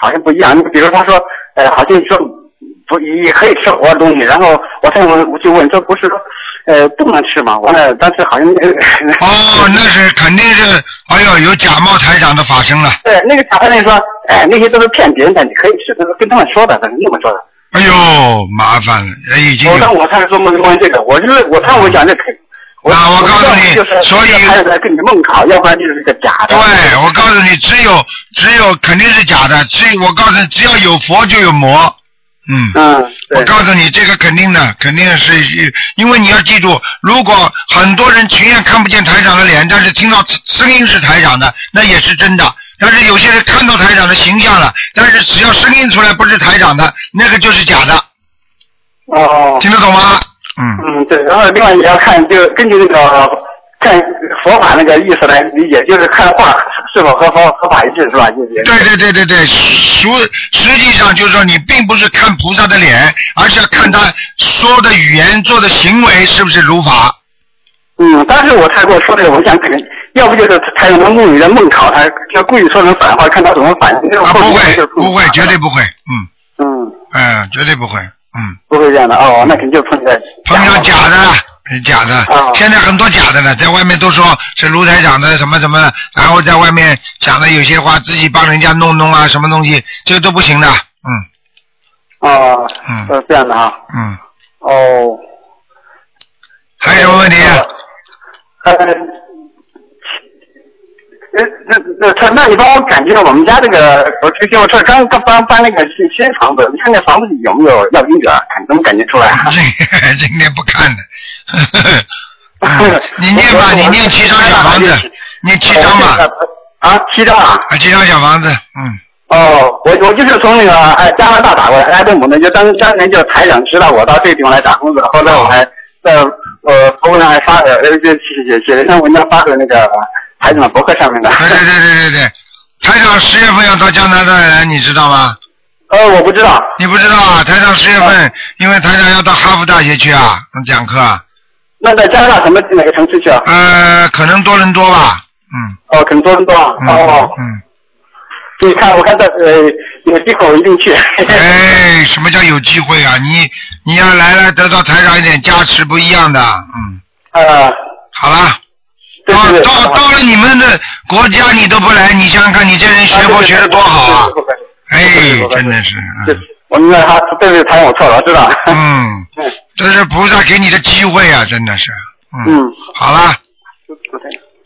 Speaker 3: 好像不一样。你比如他说，呃，好像说不也可以吃活的东西，然后我太太我就问，这不是说呃不能吃吗？完了，当时好像那个 *laughs*
Speaker 2: 哦，那是肯定是，哎呦，有假冒台长的法身了。
Speaker 3: 对那个小太太说，哎，那些都是骗别人的，你可以是跟他们说的，那么说的。
Speaker 2: 哎呦，麻烦了，哎已经
Speaker 3: 哦我让
Speaker 2: 有。
Speaker 3: 我太太做梦梦见这个，我就是我看我讲这肯。
Speaker 2: 那我告诉你
Speaker 3: 就是
Speaker 2: 所以
Speaker 3: 还是在跟你梦考，要不然就是个假的。
Speaker 2: 对，我告诉你，只有只有肯定是假的，只我告诉你，只要有佛就有魔。嗯，
Speaker 3: 嗯，
Speaker 2: 我
Speaker 3: 对，
Speaker 2: 告诉你，这个肯定的，肯定是，因为你要记住，如果很多人情愿看不见台长的脸，但是听到声音是台长的，那也是真的。但是有些人看到台长的形象了，但是只要声音出来不是台长的，那个就是假的，
Speaker 3: 哦，
Speaker 2: 听得懂吗？嗯。
Speaker 3: 嗯，对，然后另外也要看，就根据那个看佛法那个意思来理解，就是看话是否和佛合法一致，是吧？就是
Speaker 2: 对对对对对，实实际上就是说，你并不是看菩萨的脸，而是要看他说的语言、做的行为是不是如法。
Speaker 3: 嗯，当时我太跟我说这个，我想肯定，要不就是他用那母语在梦考他，要故意说成反话，看他怎么反应。这种
Speaker 2: 啊，
Speaker 3: 后
Speaker 2: 不
Speaker 3: 面
Speaker 2: 会
Speaker 3: 就是
Speaker 2: 不会，绝对不会，嗯
Speaker 3: 嗯，
Speaker 2: 嗯，绝对不会，嗯，
Speaker 3: 不会这样的哦，那肯定就碰见
Speaker 2: 碰上假的，哎假的
Speaker 3: 啊，
Speaker 2: 现在很多假的呢，在外面都说是卢台长的什么什么的，然后在外面讲的有些话，自己帮人家弄弄啊，什么东西，这个都不行的，嗯
Speaker 3: 哦，
Speaker 2: 嗯
Speaker 3: 是这样的啊，
Speaker 2: 嗯，
Speaker 3: 哦。
Speaker 2: 啊还有什么问题？
Speaker 3: 呃，呃，那
Speaker 8: 那他，那你帮我感觉我们家这个，我最近我这刚刚搬搬那个新新房子，你看看房子有没有要阴者，看能感觉出来啊？
Speaker 2: 这个 *laughs* 今天不看的。嗯你念吧，你念七张小房子，念七张吧，
Speaker 8: 啊，七张啊。
Speaker 2: 啊，七张小房子，嗯，
Speaker 8: 哦，我我就是从那个哎加拿大打过来，埃德姆呢，就当当年就台长知道我到这个地方来打工的，后来我还在呃博客上还发表，呃就写写了一篇文章发给那个呃台长的博客上面的。
Speaker 2: 对对对对对对，台长十月份要到加拿大来，你知道吗？
Speaker 8: 呃，我不知道。
Speaker 2: 你不知道啊？台长十月份，因为台长要到哈佛大学去啊，讲课啊，
Speaker 8: 那在加拿大什么哪个城市去啊？
Speaker 2: 呃，可能多伦多吧，嗯，
Speaker 8: 哦，肯多伦多啊。
Speaker 2: 嗯
Speaker 8: 哦，
Speaker 2: 嗯，
Speaker 8: 你看，我看到呃有机会我一定去。
Speaker 2: 哎，什么叫有机会啊？你你要来了，得到台长一点加持不一样的，嗯，
Speaker 8: 呃，
Speaker 2: 好了。
Speaker 8: 对
Speaker 2: 啊到
Speaker 8: 对对。
Speaker 2: 到到了你们的国家你都不来，你想想看，你这人学
Speaker 8: 啊
Speaker 2: 佛学的多好啊！！
Speaker 8: 对对对
Speaker 2: 哎
Speaker 8: 对对，对
Speaker 2: 真的是，
Speaker 8: 对对对对对
Speaker 2: 嗯
Speaker 8: 对我明白他，对对，台长我错了，我知道。
Speaker 2: 嗯，
Speaker 8: 嗯
Speaker 2: 这是菩萨给你的机会啊，真的是，嗯，
Speaker 8: 嗯，
Speaker 2: 好了，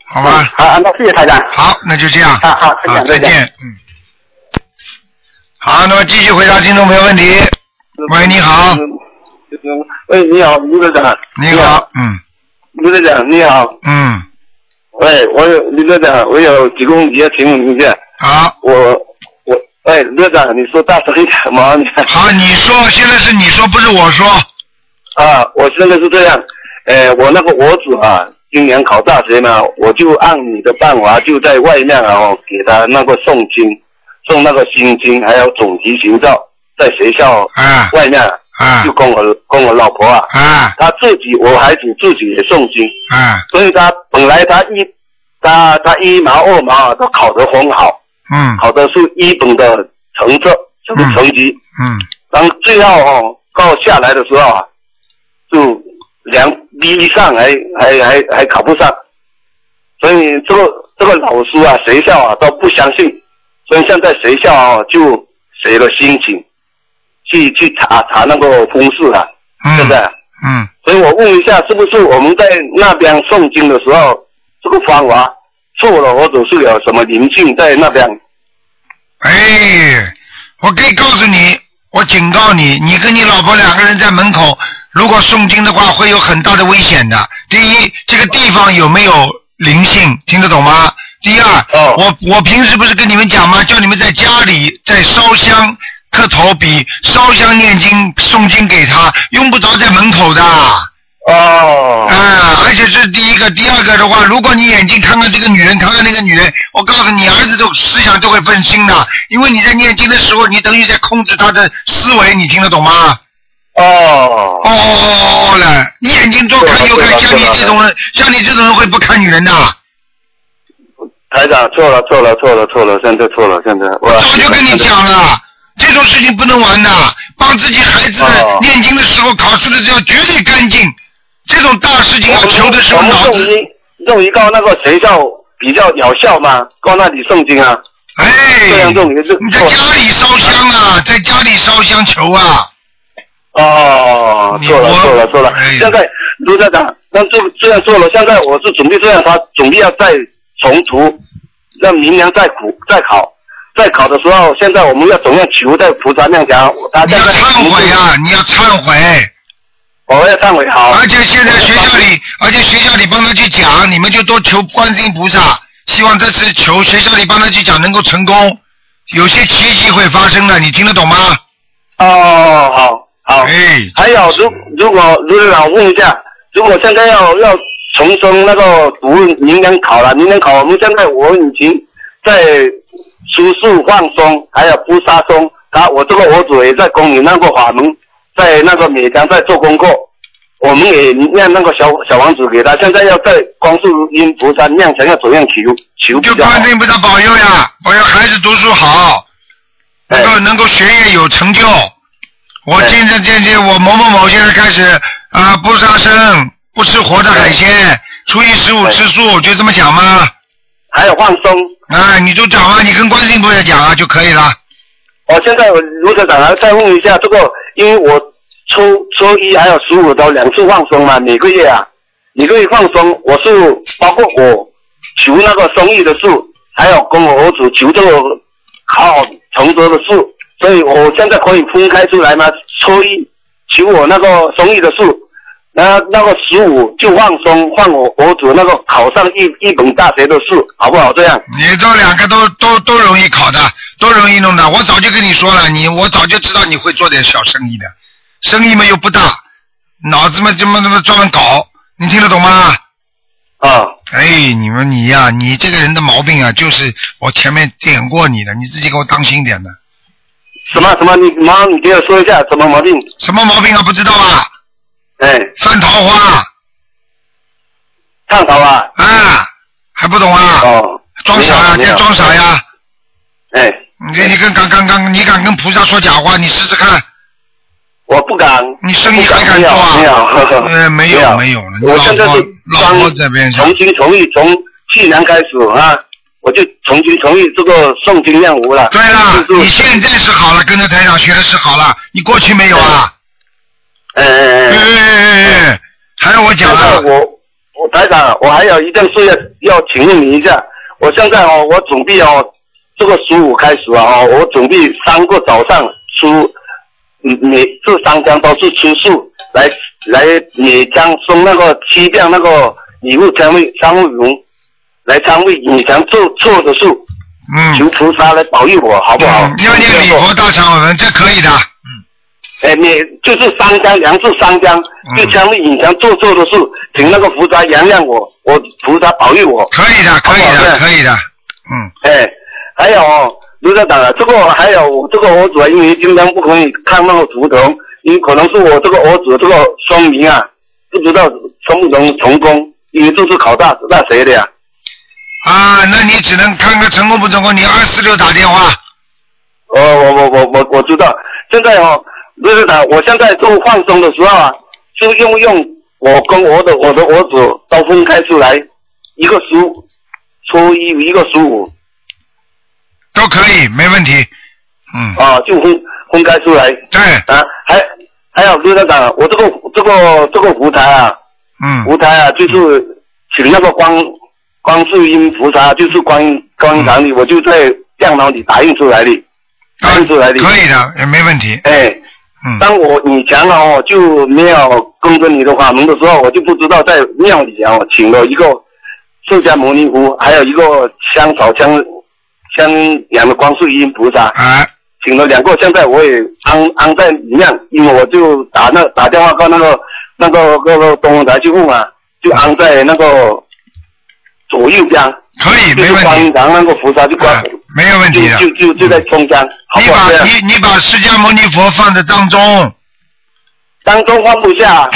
Speaker 2: 好吧，
Speaker 8: 好，那谢谢台长。
Speaker 2: 好，那就这样，
Speaker 8: 好好再
Speaker 2: 再
Speaker 8: 见再见
Speaker 2: 见，嗯。好，那么继续回答听众朋友问题。喂，你好，
Speaker 8: 喂，你好，卢队长。
Speaker 2: 你好，，嗯
Speaker 8: 卢队长，你好。
Speaker 2: 嗯，
Speaker 8: 喂，我有卢队长，我有几个问题要请问一下。
Speaker 2: 好，
Speaker 8: 我我，喂，卢队长，你说大声一点，麻烦你。
Speaker 2: 好，你说，现在是你说，不是我说，
Speaker 8: 啊，我现在是这样，呃，我那个我子啊，今年考大学嘛，我就按你的办法，就在外面啊，哦给他那个诵经，诵那个心经，还有总集行照，在学校
Speaker 2: 啊
Speaker 8: 外面
Speaker 2: 啊
Speaker 8: 就跟我跟我老婆啊，
Speaker 2: 啊
Speaker 8: 她自己我孩子自己也诵经，
Speaker 2: 啊，
Speaker 8: 所以她本来她一她她一毛二毛啊都考得很好，
Speaker 2: 嗯
Speaker 8: 考的是一本的成绩成
Speaker 2: 嗯
Speaker 8: 成绩，
Speaker 2: 嗯
Speaker 8: 当最后哦告下来的时候啊，就两第一上还还还还考不上，所以这个这个老师啊学校啊都不相信，所以现在学校啊就写了心情，去去查查那个公式啊，
Speaker 2: 嗯，
Speaker 8: 对不对？
Speaker 2: 嗯，
Speaker 8: 所以我问一下，是不是我们在那边诵经的时候，这个方法错了，或者是有什么灵性在那边？
Speaker 2: 哎，我可以告诉你，我警告你，你跟你老婆两个人在门口，如果诵经的话，会有很大的危险的。第一，这个地方有没有灵性，听得懂吗？第二，
Speaker 8: 哦
Speaker 2: 我我平时不是跟你们讲吗？叫你们在家里在烧香磕头，比烧香念经诵经给他，用不着在门口的。
Speaker 8: 哦，
Speaker 2: 啊，而且这是第一个，第二个的话，如果你眼睛看看这个女人，看看那个女人，我告诉你，儿子都思想都会分心的，因为你在念经的时候，你等于在控制他的思维，你听得懂吗？
Speaker 8: 哦
Speaker 2: 哦，哦哦哦哦了，你眼睛左看右看，像你这种人，像你这种人会不看女人的，
Speaker 8: 台长错了错了错了错了，现在错了现在我
Speaker 2: 早就跟你讲了，这种事情不能玩的，帮自己孩子
Speaker 8: 哦
Speaker 2: 念经的时候、考试的时候绝对干净，这种大事情要求的时候
Speaker 8: 我们
Speaker 2: 脑
Speaker 8: 送
Speaker 2: 子。
Speaker 8: 医送医到那个学校比较有效嘛，到那里诵经啊。
Speaker 2: 哎，
Speaker 8: 这样这种也是
Speaker 2: 你在家里烧香啊，在家里烧香求啊，
Speaker 8: 哦，
Speaker 2: 你
Speaker 8: 错了
Speaker 2: 我
Speaker 8: 错了错了
Speaker 2: 哎，
Speaker 8: 现在卢站长，那这这样做了，现在我是准备这样，他准备要再重读，让明年再苦再考，再考的时候，现在我们要怎么样求在菩萨面前？他
Speaker 2: 你要忏悔！啊，你要忏悔。
Speaker 8: 我要忏悔好。
Speaker 2: 而且现在学校里，而且学校里帮他去讲，你们就多求观世音菩萨，希望这次求学校里帮他去讲能够成功，有些奇迹会发生的，你听得懂吗？
Speaker 8: 哦，好好。
Speaker 2: 哎，
Speaker 8: 还有，如如果卢队长问一下，如果现在要要重生那个读明年考了，明年考我们现在我已经在舒适放松，还有不杀松，啊，我这个我主也在供你那个法门，在那个每天在做功课，我们也念那个小小王子给他，现在要在光速音菩萨念成要怎样求求比
Speaker 2: 就
Speaker 8: 较好
Speaker 2: 观世音菩萨保佑呀，保佑孩子读书好，能够能够学业有成就。我
Speaker 8: 哎
Speaker 2: 今天渐渐，我某某某现在开始啊、不杀生，不吃活的海鲜，初一十五
Speaker 8: 哎
Speaker 2: 吃素，就这么讲吗？
Speaker 8: 还有放松。
Speaker 2: 啊，你就讲啊，你跟观世音菩萨讲啊就可以了。
Speaker 8: 我哦现在我卢科长还再问一下，这个因为我初初一还有十五都两次放松嘛，每个月啊，每个月放松，我是包括我求那个生意的数，还有跟我儿子求这个好好成德的事，所以我现在可以分开出来吗？初一求我那个生意的事，那那个十五就放松，放我儿子那个考上一一本大学的事，好不好？这样
Speaker 2: 你这两个都都都容易考的，都容易弄的。我早就跟你说了，你我早就知道你会做点小生意的，生意嘛又不大，脑子嘛这么这么专门搞，你听得懂吗？
Speaker 8: 啊，
Speaker 2: 哎，你们你呀、你这个人的毛病啊，就是我前面点过你的，你自己给我当心点的。
Speaker 8: 什么什么？你妈，你给我说一下什么毛病？
Speaker 2: 什么毛病啊？不知道啊？
Speaker 8: 哎，
Speaker 2: 犯桃花
Speaker 8: 烫头啊？
Speaker 2: 啊，还不懂啊？
Speaker 8: 哦，
Speaker 2: 装傻呀、
Speaker 8: 没有
Speaker 2: 在装傻呀、
Speaker 8: 哎，
Speaker 2: 你这你跟敢敢敢，你敢跟菩萨说假话，你试试看，
Speaker 8: 我不敢。
Speaker 2: 你嗯生意
Speaker 8: 不
Speaker 2: 还敢
Speaker 8: 没有
Speaker 2: 做啊？
Speaker 8: 没有，
Speaker 2: 呃，没有没有了，你
Speaker 8: 我
Speaker 2: 老
Speaker 8: 现在
Speaker 2: 婆
Speaker 8: 是
Speaker 2: 老婆这边是
Speaker 8: 重新从艺，从去年开始啊，我就重新从艺这个诵经练武了。
Speaker 2: 对了，
Speaker 8: 就是
Speaker 2: 你现在是好了，跟着台长学的是好了，你过去没有啊？
Speaker 8: 哎哎
Speaker 2: 哎
Speaker 8: 哎
Speaker 2: 哎哎哎哎，还要我
Speaker 8: 现
Speaker 2: 讲啊
Speaker 8: 在？我我台长，我还有一件事要要请问你一下。我现在哦，我准备哦，这个十五开始啊、哦，我准备三个早上出，嗯每这三天都是吃素，来来每天送那个七遍那个礼物单位三位龙，来参位以前做错的事，求
Speaker 2: 嗯，
Speaker 8: 菩萨来保佑我，好不好？
Speaker 2: 嗯要念礼佛大忏悔文，这可以的。
Speaker 8: 哎，每就是三张，两至三张，
Speaker 2: 嗯
Speaker 8: 就将以前做错的事，请那个菩萨原谅我，我菩萨保佑我。
Speaker 2: 可以的，可以
Speaker 8: 好
Speaker 2: 的，
Speaker 8: 的
Speaker 2: 可以的。嗯，
Speaker 8: 哎，还有哦，卢站长啊，这个还有我这个儿子啊，因为经常不可以看那个图腾，因可能是我这个儿子这个双名啊，不知道能不能成功，因为这是考大大学的呀。
Speaker 2: 啊，那你只能看看成功不成功，你二四六打电话。
Speaker 8: 哦，我我我我我知道，现在哦，卢站长，我现在做放松的时候啊，就用用我跟我的我的儿子都分开出来，一个十五，初一一个十五
Speaker 2: 都可以，没问题。嗯，
Speaker 8: 啊，就分分开出来
Speaker 2: 对，
Speaker 8: 啊，还还有卢站长，我这个这个这个福台啊，
Speaker 2: 嗯，
Speaker 8: 福台啊，就是请那个观观世音菩萨，就是观观音堂里，我就在电脑里打印出来的，
Speaker 2: 啊
Speaker 8: 打印出来的，
Speaker 2: 可以的，也没问题。
Speaker 8: 哎。
Speaker 2: 嗯，
Speaker 8: 当我以前啊，我就没有跟着你的法门的时候，我就不知道在庙里啊，我请了一个释迦牟尼佛，还有一个香草香香两的观世音菩萨，
Speaker 2: 哎，
Speaker 8: 请了两个。现在我也安安在里面，因为我就打那打电话到那个那个那个东方台去问啊，就安在那个左右边，
Speaker 2: 可以，
Speaker 8: 就
Speaker 2: 没
Speaker 8: 是观
Speaker 2: 问
Speaker 8: 音
Speaker 2: 题。
Speaker 8: 堂那个菩萨就观
Speaker 2: 啊，没有问
Speaker 8: 就
Speaker 2: 题的。嗯
Speaker 8: 就就就在中间，好啊
Speaker 2: 你
Speaker 8: 不好？这
Speaker 2: 把
Speaker 8: 样
Speaker 2: 你你把释迦牟尼佛放在当中，
Speaker 8: 当中放不下，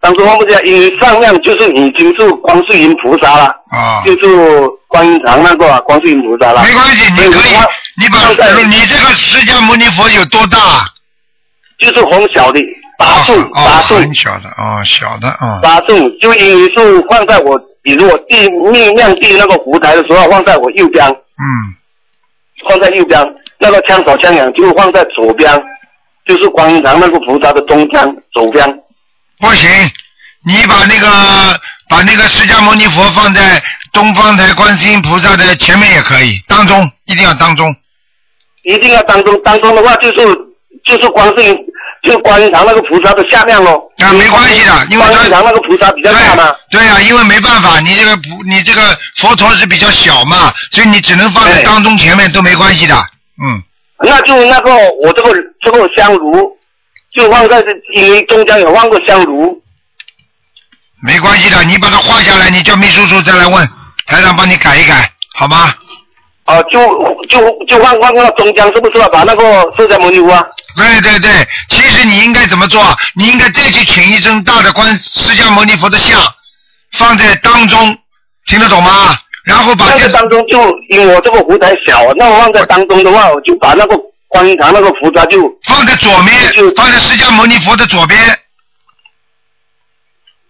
Speaker 8: 当中放不下，因为上面就是已经是观世音菩萨了，
Speaker 2: 啊，
Speaker 8: 就是观音堂那个啊观世音菩萨了。
Speaker 2: 没关系，
Speaker 8: 所
Speaker 2: 你可以
Speaker 8: 哎我，
Speaker 2: 你把
Speaker 8: 放在
Speaker 2: 你这个释迦牟尼佛有多大？
Speaker 8: 就是很小的八
Speaker 2: 啊
Speaker 8: 寸，八
Speaker 2: 哦，
Speaker 8: 寸
Speaker 2: 很，小的，哦，小的，哦，
Speaker 8: 八寸，就因为是放在我，比如我地面面地那个佛台的时候，放在我右边，
Speaker 2: 嗯，
Speaker 8: 放在右边，那个枪手枪眼就放在左边，就是观音堂那个菩萨的中间左边。
Speaker 2: 不行，你把那个把那个释迦牟尼佛放在东方台观世音菩萨的前面也可以，当中一定要当中。
Speaker 8: 一定要当中，当中的话就是就是观世音，就是观音堂那个菩萨的下面喽。
Speaker 2: 啊没关系的因为它
Speaker 8: 观音堂那个菩萨比较大嘛。
Speaker 2: 对呀、因为没办法，你这个不，你这个佛陀是比较小嘛，所以你只能放在
Speaker 8: 对
Speaker 2: 当中前面都没关系的。嗯，
Speaker 8: 那就那个我这个这个香炉，就放在这，因为中间有放过香炉。
Speaker 2: 没关系的，你把它画下来，你叫秘书处再来问台长帮你改一改，好吗？
Speaker 8: 啊，就就就放放到中间，是不是啊？把那个释迦牟尼佛啊，
Speaker 2: 哎对对对，其实你应该怎么做？你应该再去请一尊大的观释迦牟尼佛的像，放在当中，听得懂吗？然后把
Speaker 8: 那
Speaker 2: 这
Speaker 8: 个当中就因为我这个佛台小，那我放在当中的话，我就把那个观音堂那个菩萨就
Speaker 2: 放在左面
Speaker 8: 就，
Speaker 2: 放在释迦牟尼佛的左边，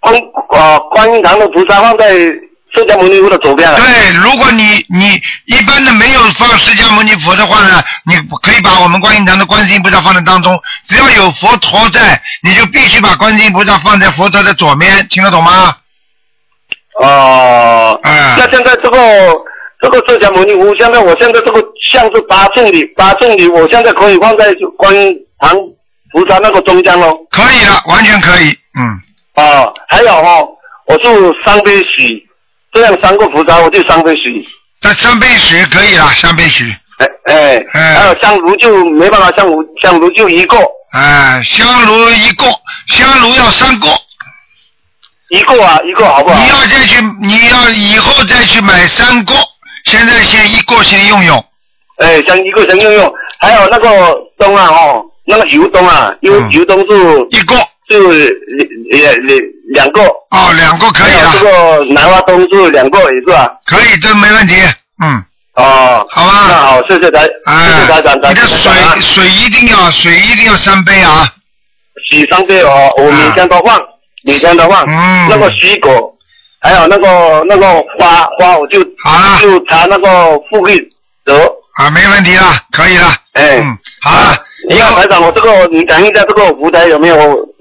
Speaker 8: 观啊观音堂的菩萨放在释迦牟尼佛的左边了。
Speaker 2: 对，如果你你一般的没有放释迦牟尼佛的话呢，你可以把我们观音堂的观世音菩萨放在当中，只要有佛陀在，你就必须把观世音菩萨放在佛陀的左面，听得懂吗？
Speaker 8: 哦、
Speaker 2: 哎
Speaker 8: 那现在这个这个释迦牟尼佛，现在我现在这个像是八寸的，八寸的，我现在可以放在观音堂菩萨那个中间喽。
Speaker 2: 可以了，完全可以，嗯，
Speaker 8: 啊，还有哈、哦，我就三杯水，这样三个菩萨我就三杯水。
Speaker 2: 那三杯水可以了，三杯水，
Speaker 8: 哎哎，
Speaker 2: 哎
Speaker 8: 还有香炉就没办法，香炉香炉就一个，
Speaker 2: 哎，香炉一个，香炉要三个，
Speaker 8: 一个啊，一个好不好？
Speaker 2: 你要再去，你要以后再去买三个，现在先一个先用用，
Speaker 8: 哎，像一个人用用，还有那个灯啊哦，那个油灯啊，油、
Speaker 2: 嗯
Speaker 8: 油灯是
Speaker 2: 一个
Speaker 8: 是两两两个，
Speaker 2: 哦，两个可以
Speaker 8: 还有这
Speaker 2: 了，
Speaker 8: 个南瓜灯是两个也是啊，
Speaker 2: 可以，这没问题，嗯，
Speaker 8: 哦，
Speaker 2: 好吧
Speaker 8: 那好，谢谢台，
Speaker 2: 哎，
Speaker 8: 谢谢台长，
Speaker 2: 你的
Speaker 8: 台长啊
Speaker 2: 水水一定要水一定要三杯啊，
Speaker 8: 洗上对哦，我每天都放，每天都放，
Speaker 2: 嗯
Speaker 8: 那个水果，还有那个那个花花，我就
Speaker 2: 好啊了
Speaker 8: 就查那个富贵德，
Speaker 2: 啊，没问题了，可以了，
Speaker 8: 哎，
Speaker 2: 嗯，好了，
Speaker 8: 你嗯
Speaker 2: 以
Speaker 8: 好，
Speaker 2: 后
Speaker 8: 台长，我这个你感应一下这个舞台有没有？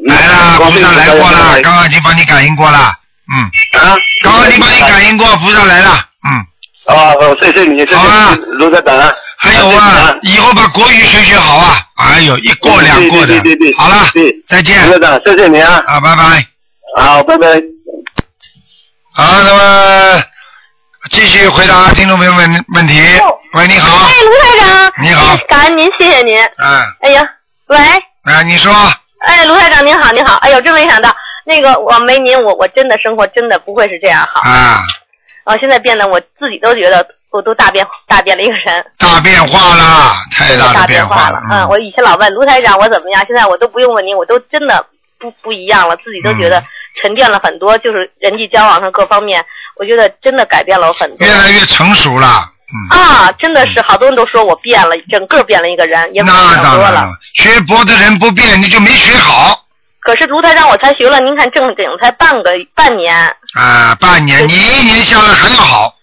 Speaker 2: 来啦，
Speaker 8: 光
Speaker 2: 菩萨来过啦，刚刚已经帮你感应过啦，嗯，
Speaker 8: 啊，
Speaker 2: 刚刚已经帮你感应过，菩萨来了，嗯，
Speaker 8: 啊，我谢谢你，谢
Speaker 2: 好啊
Speaker 8: 谢卢台长啊，
Speaker 2: 还有啊，以后把国语学学好啊，哎呦，一过两过的
Speaker 8: 对对对对对，
Speaker 2: 好了
Speaker 8: 对，
Speaker 2: 再见，
Speaker 8: 卢台长，谢谢你啊，
Speaker 2: 啊，拜拜。
Speaker 8: 好，拜拜。
Speaker 2: 好，那么继续回答听众朋友问问题。喂，你好，
Speaker 4: 哎，卢台长，哎
Speaker 2: 你好
Speaker 4: 感恩您，谢谢您。
Speaker 2: 嗯，
Speaker 4: 哎呀，喂，
Speaker 2: 啊，你说，
Speaker 4: 哎，卢台长您好，您好。哎呦，真没想到，那个我没您，我我真的生活真的不会是这样好。
Speaker 2: 啊，
Speaker 4: 啊，现在变得我自己都觉得我都大变大变了一个人，
Speaker 2: 大变化啦，太大的
Speaker 4: 大
Speaker 2: 变
Speaker 4: 化
Speaker 2: 了。
Speaker 4: 嗯，我以前老问卢台长我怎么样，现在我都不用问您，我都真的不不一样了，自己都觉得
Speaker 2: 嗯
Speaker 4: 沉淀了很多，就是人际交往上各方面，我觉得真的改变了我很多
Speaker 2: 越。来越成熟了，嗯，
Speaker 4: 啊，真的是好多人都说我变了，整个变了一个人，也
Speaker 2: 那
Speaker 4: 想
Speaker 2: 当
Speaker 4: 多
Speaker 2: 然
Speaker 4: 了。
Speaker 2: 了，学佛的人不变，你就没学好
Speaker 4: 可是卢台长，我才学了，您看正经才半个半年，
Speaker 2: 啊，半年，你一年下来还要好，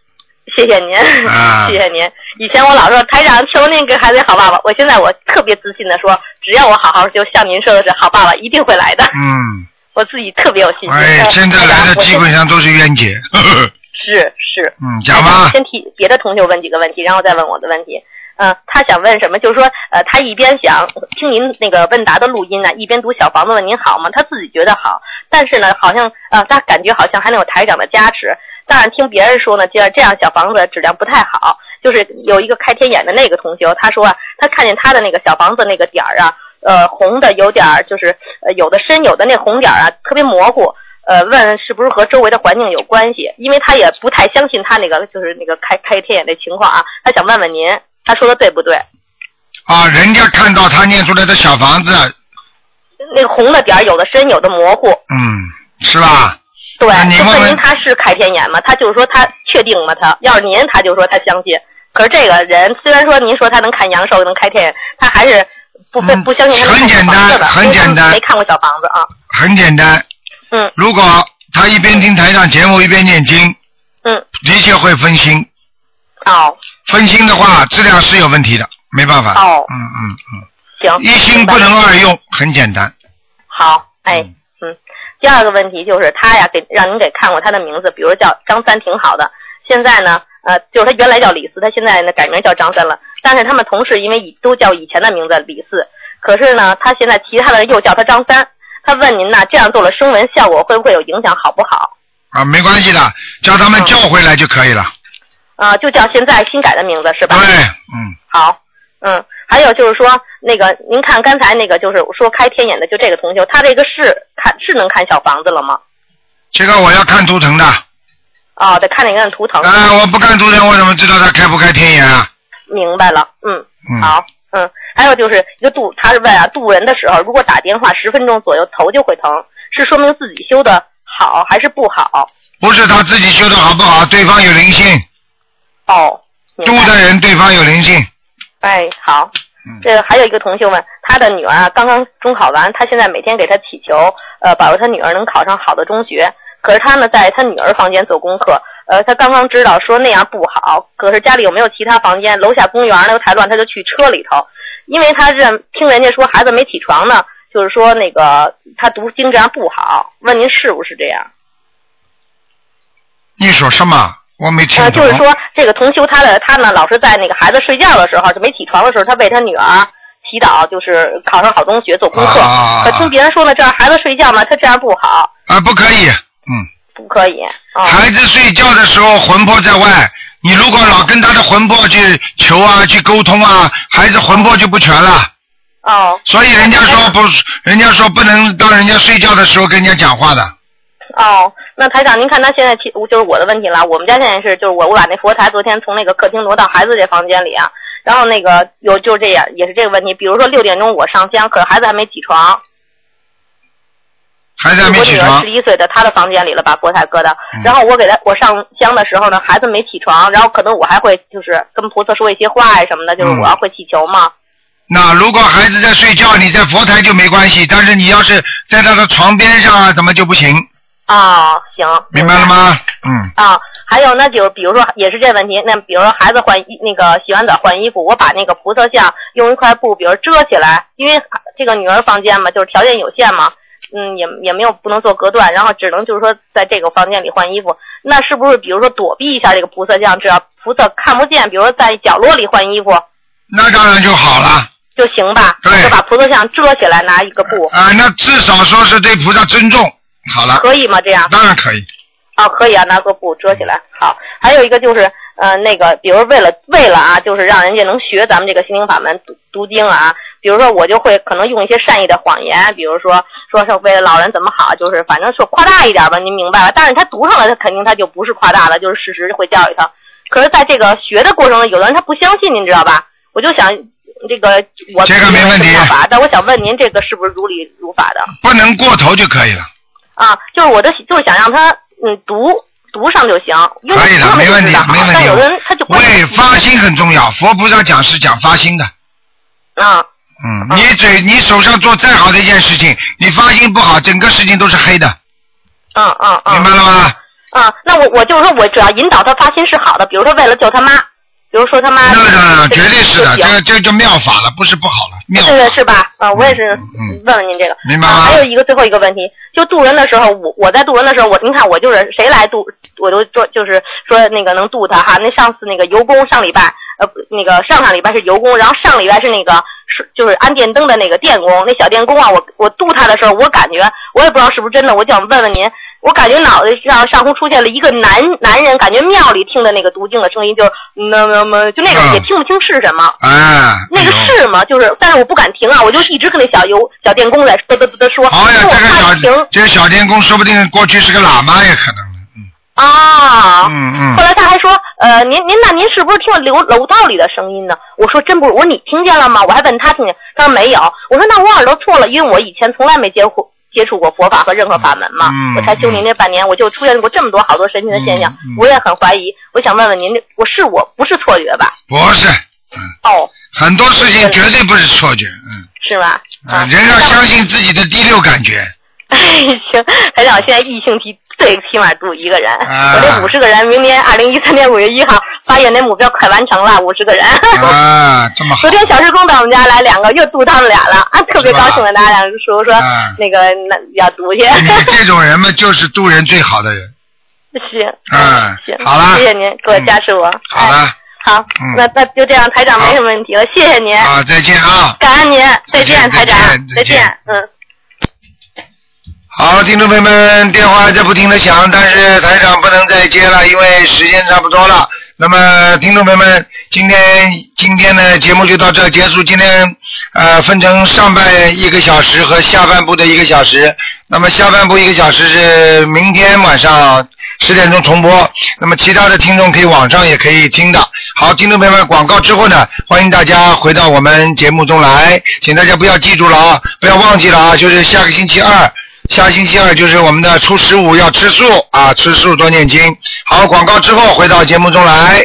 Speaker 4: 谢谢您， *laughs*
Speaker 2: 啊
Speaker 4: 谢谢您。以前我老说台长求您给孩子好爸爸，我现在我特别自信的说，只要我好好就像您说的是好爸爸一定会来的，
Speaker 2: 嗯，
Speaker 4: 我自己特别有信心。
Speaker 2: 哎，现在来的基本
Speaker 4: 上
Speaker 2: 上都是冤
Speaker 4: *laughs*
Speaker 2: 结，呵呵
Speaker 4: 是是。
Speaker 2: 嗯，讲吧，
Speaker 4: 先替别的同学问几个问题，然后再问我的问题。嗯、他想问什么？就是说，呃，他一边想听您那个问答的录音呢，一边读小房子问您好吗？他自己觉得好，但是呢，好像呃，他感觉好像还能有台长的加持。但是听别人说呢，这样这样小房子质量不太好。就是有一个开天眼的那个同学，他说啊，他看见他的那个小房子那个点儿啊，呃，红的有点儿，就是呃有的深，有的那红点儿啊特别模糊，呃，问是不是和周围的环境有关系？因为他也不太相信他那个就是那个开开天眼的情况啊，他想问问您，他说的对不对？
Speaker 2: 啊，人家看到他念出来的小房子，
Speaker 4: 那个红的点儿有的深，有的模糊，
Speaker 2: 嗯，是吧？
Speaker 4: 对，
Speaker 2: 那您
Speaker 4: 就
Speaker 2: 问
Speaker 4: 问
Speaker 2: 问
Speaker 4: 您他是开天眼吗？他就是说他确定吗？他要是您，他就说他相信。可是这个人虽然说您说他能看阳寿，能开天眼，他还是不不
Speaker 2: 嗯
Speaker 4: 不相信他能
Speaker 2: 很
Speaker 4: 看
Speaker 2: 简
Speaker 4: 小房子的，
Speaker 2: 单很
Speaker 4: 因为他
Speaker 2: 简单
Speaker 4: 没看过小房子啊。
Speaker 2: 很简单。
Speaker 4: 嗯。
Speaker 2: 如果他一边听台上节目一边念经，
Speaker 4: 嗯，
Speaker 2: 的确会分心。
Speaker 4: 哦，
Speaker 2: 分心的话，质量是有问题的，没办法。
Speaker 4: 哦
Speaker 2: 嗯嗯嗯，
Speaker 4: 行，
Speaker 2: 一心
Speaker 4: 明白
Speaker 2: 不能二用，很简单。
Speaker 4: 好，哎
Speaker 2: 嗯，
Speaker 4: 嗯，第二个问题就是他呀，给让您给看过他的名字，比如叫张三挺好的，现在呢，呃，就是他原来叫李四，他现在呢改名叫张三了，但是他们同事因为以都叫以前的名字李四，可是呢，他现在其他的人又叫他张三，他问您呢，这样做了声纹效果会不会有影响，好不好？
Speaker 2: 啊，没关系的，叫
Speaker 4: 嗯
Speaker 2: 他们叫回来就可以了。
Speaker 4: 啊、就叫现在新改的名字是吧？
Speaker 2: 对，嗯，
Speaker 4: 好，嗯，还有就是说，那个您看刚才那个就是说开天眼的，就这个同学，他这个是看是能看小房子了吗？
Speaker 2: 这个我要看图腾的。啊、
Speaker 4: 哦，得看那个图腾。
Speaker 2: 我不看图腾，我怎么知道他开不开天眼啊？
Speaker 4: 明白了，嗯，
Speaker 2: 嗯，
Speaker 4: 好，嗯，还有就是一个渡，他是问啊，渡人的时候，如果打电话十分钟左右，头就会疼，是说明自己修的好还是不好？
Speaker 2: 不是他自己修的好不好，对方有灵性，
Speaker 4: 哦，明
Speaker 2: 度
Speaker 4: 白。
Speaker 2: 的人对方有灵性。
Speaker 4: 哎，好
Speaker 2: 嗯。
Speaker 4: 这还有一个同学问，他的女儿啊，刚刚中考完，他现在每天给他祈求，呃，保佑他女儿能考上好的中学。可是他呢，在他女儿房间做功课，呃，他刚刚知道说那样不好，可是家里有没有其他房间？楼下公园那个太乱，他就去车里头，因为他认听人家说孩子没起床呢，就是说那个他读经这样不好。问您是不是这样？
Speaker 2: 你说什么？我没听
Speaker 4: 呃，
Speaker 2: 懂。啊
Speaker 4: 就是说这个同修他的他呢，老是在那个孩子睡觉的时候，就没起床的时候，他为他女儿祈祷，就是考上好中学，做功课。
Speaker 2: 啊
Speaker 4: 可听别人说呢，这样孩子睡觉嘛，他这样不好，
Speaker 2: 啊，不可以，嗯，
Speaker 4: 不可以。啊、
Speaker 2: 孩子睡觉的时候魂魄在外，你如果老跟他的魂魄去求啊、去沟通啊，孩子魂魄就不全了。
Speaker 4: 哦
Speaker 2: 所以人家说不，人家说不能到人家睡觉的时候跟人家讲话的。
Speaker 4: 哦，那台长，您看他现在其就是我的问题了。我们家现在是就是我我把那佛台昨天从那个客厅挪到孩子这房间里啊，然后那个有就是这样也是这个问题。比如说六点钟我上香，可是孩子还没起床，
Speaker 2: 孩子还没起
Speaker 4: 我女儿
Speaker 2: 床嗯
Speaker 4: 十，一岁的，她的房间里了，把佛台搁的。然后我给她，我上香的时候呢，孩子没起床，然后可能我还会就是跟菩萨说一些话呀什么的，就是
Speaker 2: 嗯
Speaker 4: 我要会祈求嘛。
Speaker 2: 那如果孩子在睡觉，你在佛台就没关系，但是你要是在他的床边上啊，怎么就不行？
Speaker 4: 啊，行，
Speaker 2: 明白了吗？嗯，
Speaker 4: 啊，还有那就是比如说也是这问题，那比如说孩子换衣那个洗完澡换衣服，我把那个菩萨像用一块布，比如遮起来，因为这个女儿房间嘛，就是条件有限嘛，嗯，也也没有不能做隔断，然后只能就是说在这个房间里换衣服。那是不是比如说躲避一下这个菩萨像，只要菩萨看不见，比如说在角落里换衣服
Speaker 2: 那当然就好了
Speaker 4: 就行吧？
Speaker 2: 对
Speaker 4: 就把菩萨像遮起来，拿一个布，
Speaker 2: 啊，那至少说是对菩萨尊重，好了，
Speaker 4: 可以吗？这样？
Speaker 2: 当然可以。
Speaker 4: 啊，可以啊，拿个布遮起来。好，还有一个就是，呃，那个，比如为了为了啊，就是让人家能学咱们这个心灵法门读读经啊，比如说我就会可能用一些善意的谎言，比如说说是为了老人怎么好，就是反正说夸大一点吧，您明白吧？但是他读上了，他肯定他就不是夸大了，就是事实会教育他。可是，在这个学的过程中，有的人他不相信，您知道吧？我就想这个我
Speaker 2: 这个没问题
Speaker 4: 这个法，但我想问您，这个是不是如理如法的？
Speaker 2: 不能过头就可以了，
Speaker 4: 啊，就是我的就是想让他嗯读读上就行，因为
Speaker 2: 可以的
Speaker 4: 读上
Speaker 2: 没问题
Speaker 4: 就知道好
Speaker 2: 没问题
Speaker 4: 但有的人他就关
Speaker 2: 为发心很重要。佛菩萨讲是讲发心的，
Speaker 4: 啊
Speaker 2: 嗯，你嘴你手上做再好的一件事情，你发心不好，整个事情都是黑的，
Speaker 4: 嗯嗯
Speaker 2: 明
Speaker 4: 嗯
Speaker 2: 白了吗？
Speaker 4: 啊，那我我就是说我只要引导他发心是好的，比如说为了救他妈，比如说他妈
Speaker 2: 那当然了，
Speaker 4: 这
Speaker 2: 绝对是的，
Speaker 4: 就行
Speaker 2: 这这叫妙法了，不是不好了，妙
Speaker 4: 嗯对对
Speaker 2: 法，
Speaker 4: 是吧？啊，我也是
Speaker 2: 嗯
Speaker 4: 问问您这个。
Speaker 2: 明白
Speaker 4: 啊还有
Speaker 2: 吗？
Speaker 4: 一个最后一个问题，就渡人的时候，我我在渡人的时候，我您看我就是谁来渡，我就做就是说那个能渡他哈。那上次那个油工上礼拜，呃，不那个上上礼拜是油工，然后上礼拜是那个是就是安电灯的那个电工，那小电工啊，我我渡他的时候，我感觉我也不知道是不是真的，我就想问问您，我感觉脑袋上上空出现了一个男男人，感觉庙里听的那个读经的声音，就是那么么就那种
Speaker 2: 嗯
Speaker 4: 也听不清是什么。
Speaker 2: 哎，
Speaker 4: 那个
Speaker 2: 哎呦
Speaker 4: 是吗？就是，但是我不敢停啊，我就一直跟那小油小电工在嘚嘚嘚嘚说，
Speaker 2: 好哦呀，
Speaker 4: 我
Speaker 2: 这
Speaker 4: 怕
Speaker 2: 个小
Speaker 4: 停
Speaker 2: 这个小电工说不定过去是个喇嘛也可能呢，
Speaker 4: 啊。
Speaker 2: 嗯
Speaker 4: 后
Speaker 2: 嗯，
Speaker 4: 来他还说，呃，您您那您是不是听了楼楼道里的声音呢？我说真不是，我说你听见了吗？我还问他听见，他说没有。我说那我耳朵错了，因为我以前从来没接触接触过佛法和任何法门嘛，
Speaker 2: 嗯
Speaker 4: 我才修您这半年，我就出现过这么多好多神奇的现象，
Speaker 2: 嗯嗯
Speaker 4: 我也很怀疑。我想问问您，我是我不是错觉吧？
Speaker 2: 不是，
Speaker 4: 哦，
Speaker 2: 很多事情绝对不是错觉，嗯，
Speaker 4: 是吗？
Speaker 2: 啊人要
Speaker 4: 那我
Speaker 2: 相信自己的第六感
Speaker 4: *laughs*
Speaker 2: 觉，
Speaker 4: 行，台长，现在异性题最起码住一个人，
Speaker 2: 啊
Speaker 4: 我这五十个人，明年二零一三年五月一号发愿那目标快完成了，五十个人。
Speaker 2: 啊，这么好
Speaker 4: *laughs* 昨，天小师公到我们家来两个，又住他们俩了啊，特别高兴的拿两个书说、
Speaker 2: 啊
Speaker 4: 那个那要读去。
Speaker 2: 你这种人嘛，就是渡人最好的人，
Speaker 4: 行，
Speaker 2: 嗯
Speaker 4: 行，
Speaker 2: 好啦
Speaker 4: 谢谢您给我加持我。
Speaker 2: 好
Speaker 4: 哎，
Speaker 2: 了，
Speaker 4: 好，
Speaker 2: 嗯
Speaker 4: 那那就这样，台长
Speaker 2: 好
Speaker 4: 没什么问题了，谢谢您，
Speaker 2: 啊，再见啊。
Speaker 4: 感恩您，
Speaker 2: 再
Speaker 4: 再见，
Speaker 2: 见
Speaker 4: 台长，
Speaker 2: 再见再
Speaker 4: 再
Speaker 2: 见
Speaker 4: 见，嗯。
Speaker 2: 好，听众朋友们，电话在不停的响，但是台长不能再接了，因为时间差不多了。那么，听众朋友们，今天今天的节目就到这儿结束。今天呃分成上半一个小时和下半部的一个小时。那么下半部一个小时是明天晚上十点钟重播。那么其他的听众可以网上也可以听的。好，听众朋友们，广告之后呢，欢迎大家回到我们节目中来，请大家不要记住了啊，不要忘记了啊，就是下个星期二。下星期二就是我们的初十五要吃素啊，吃素多念经。好，广告之后回到节目中来。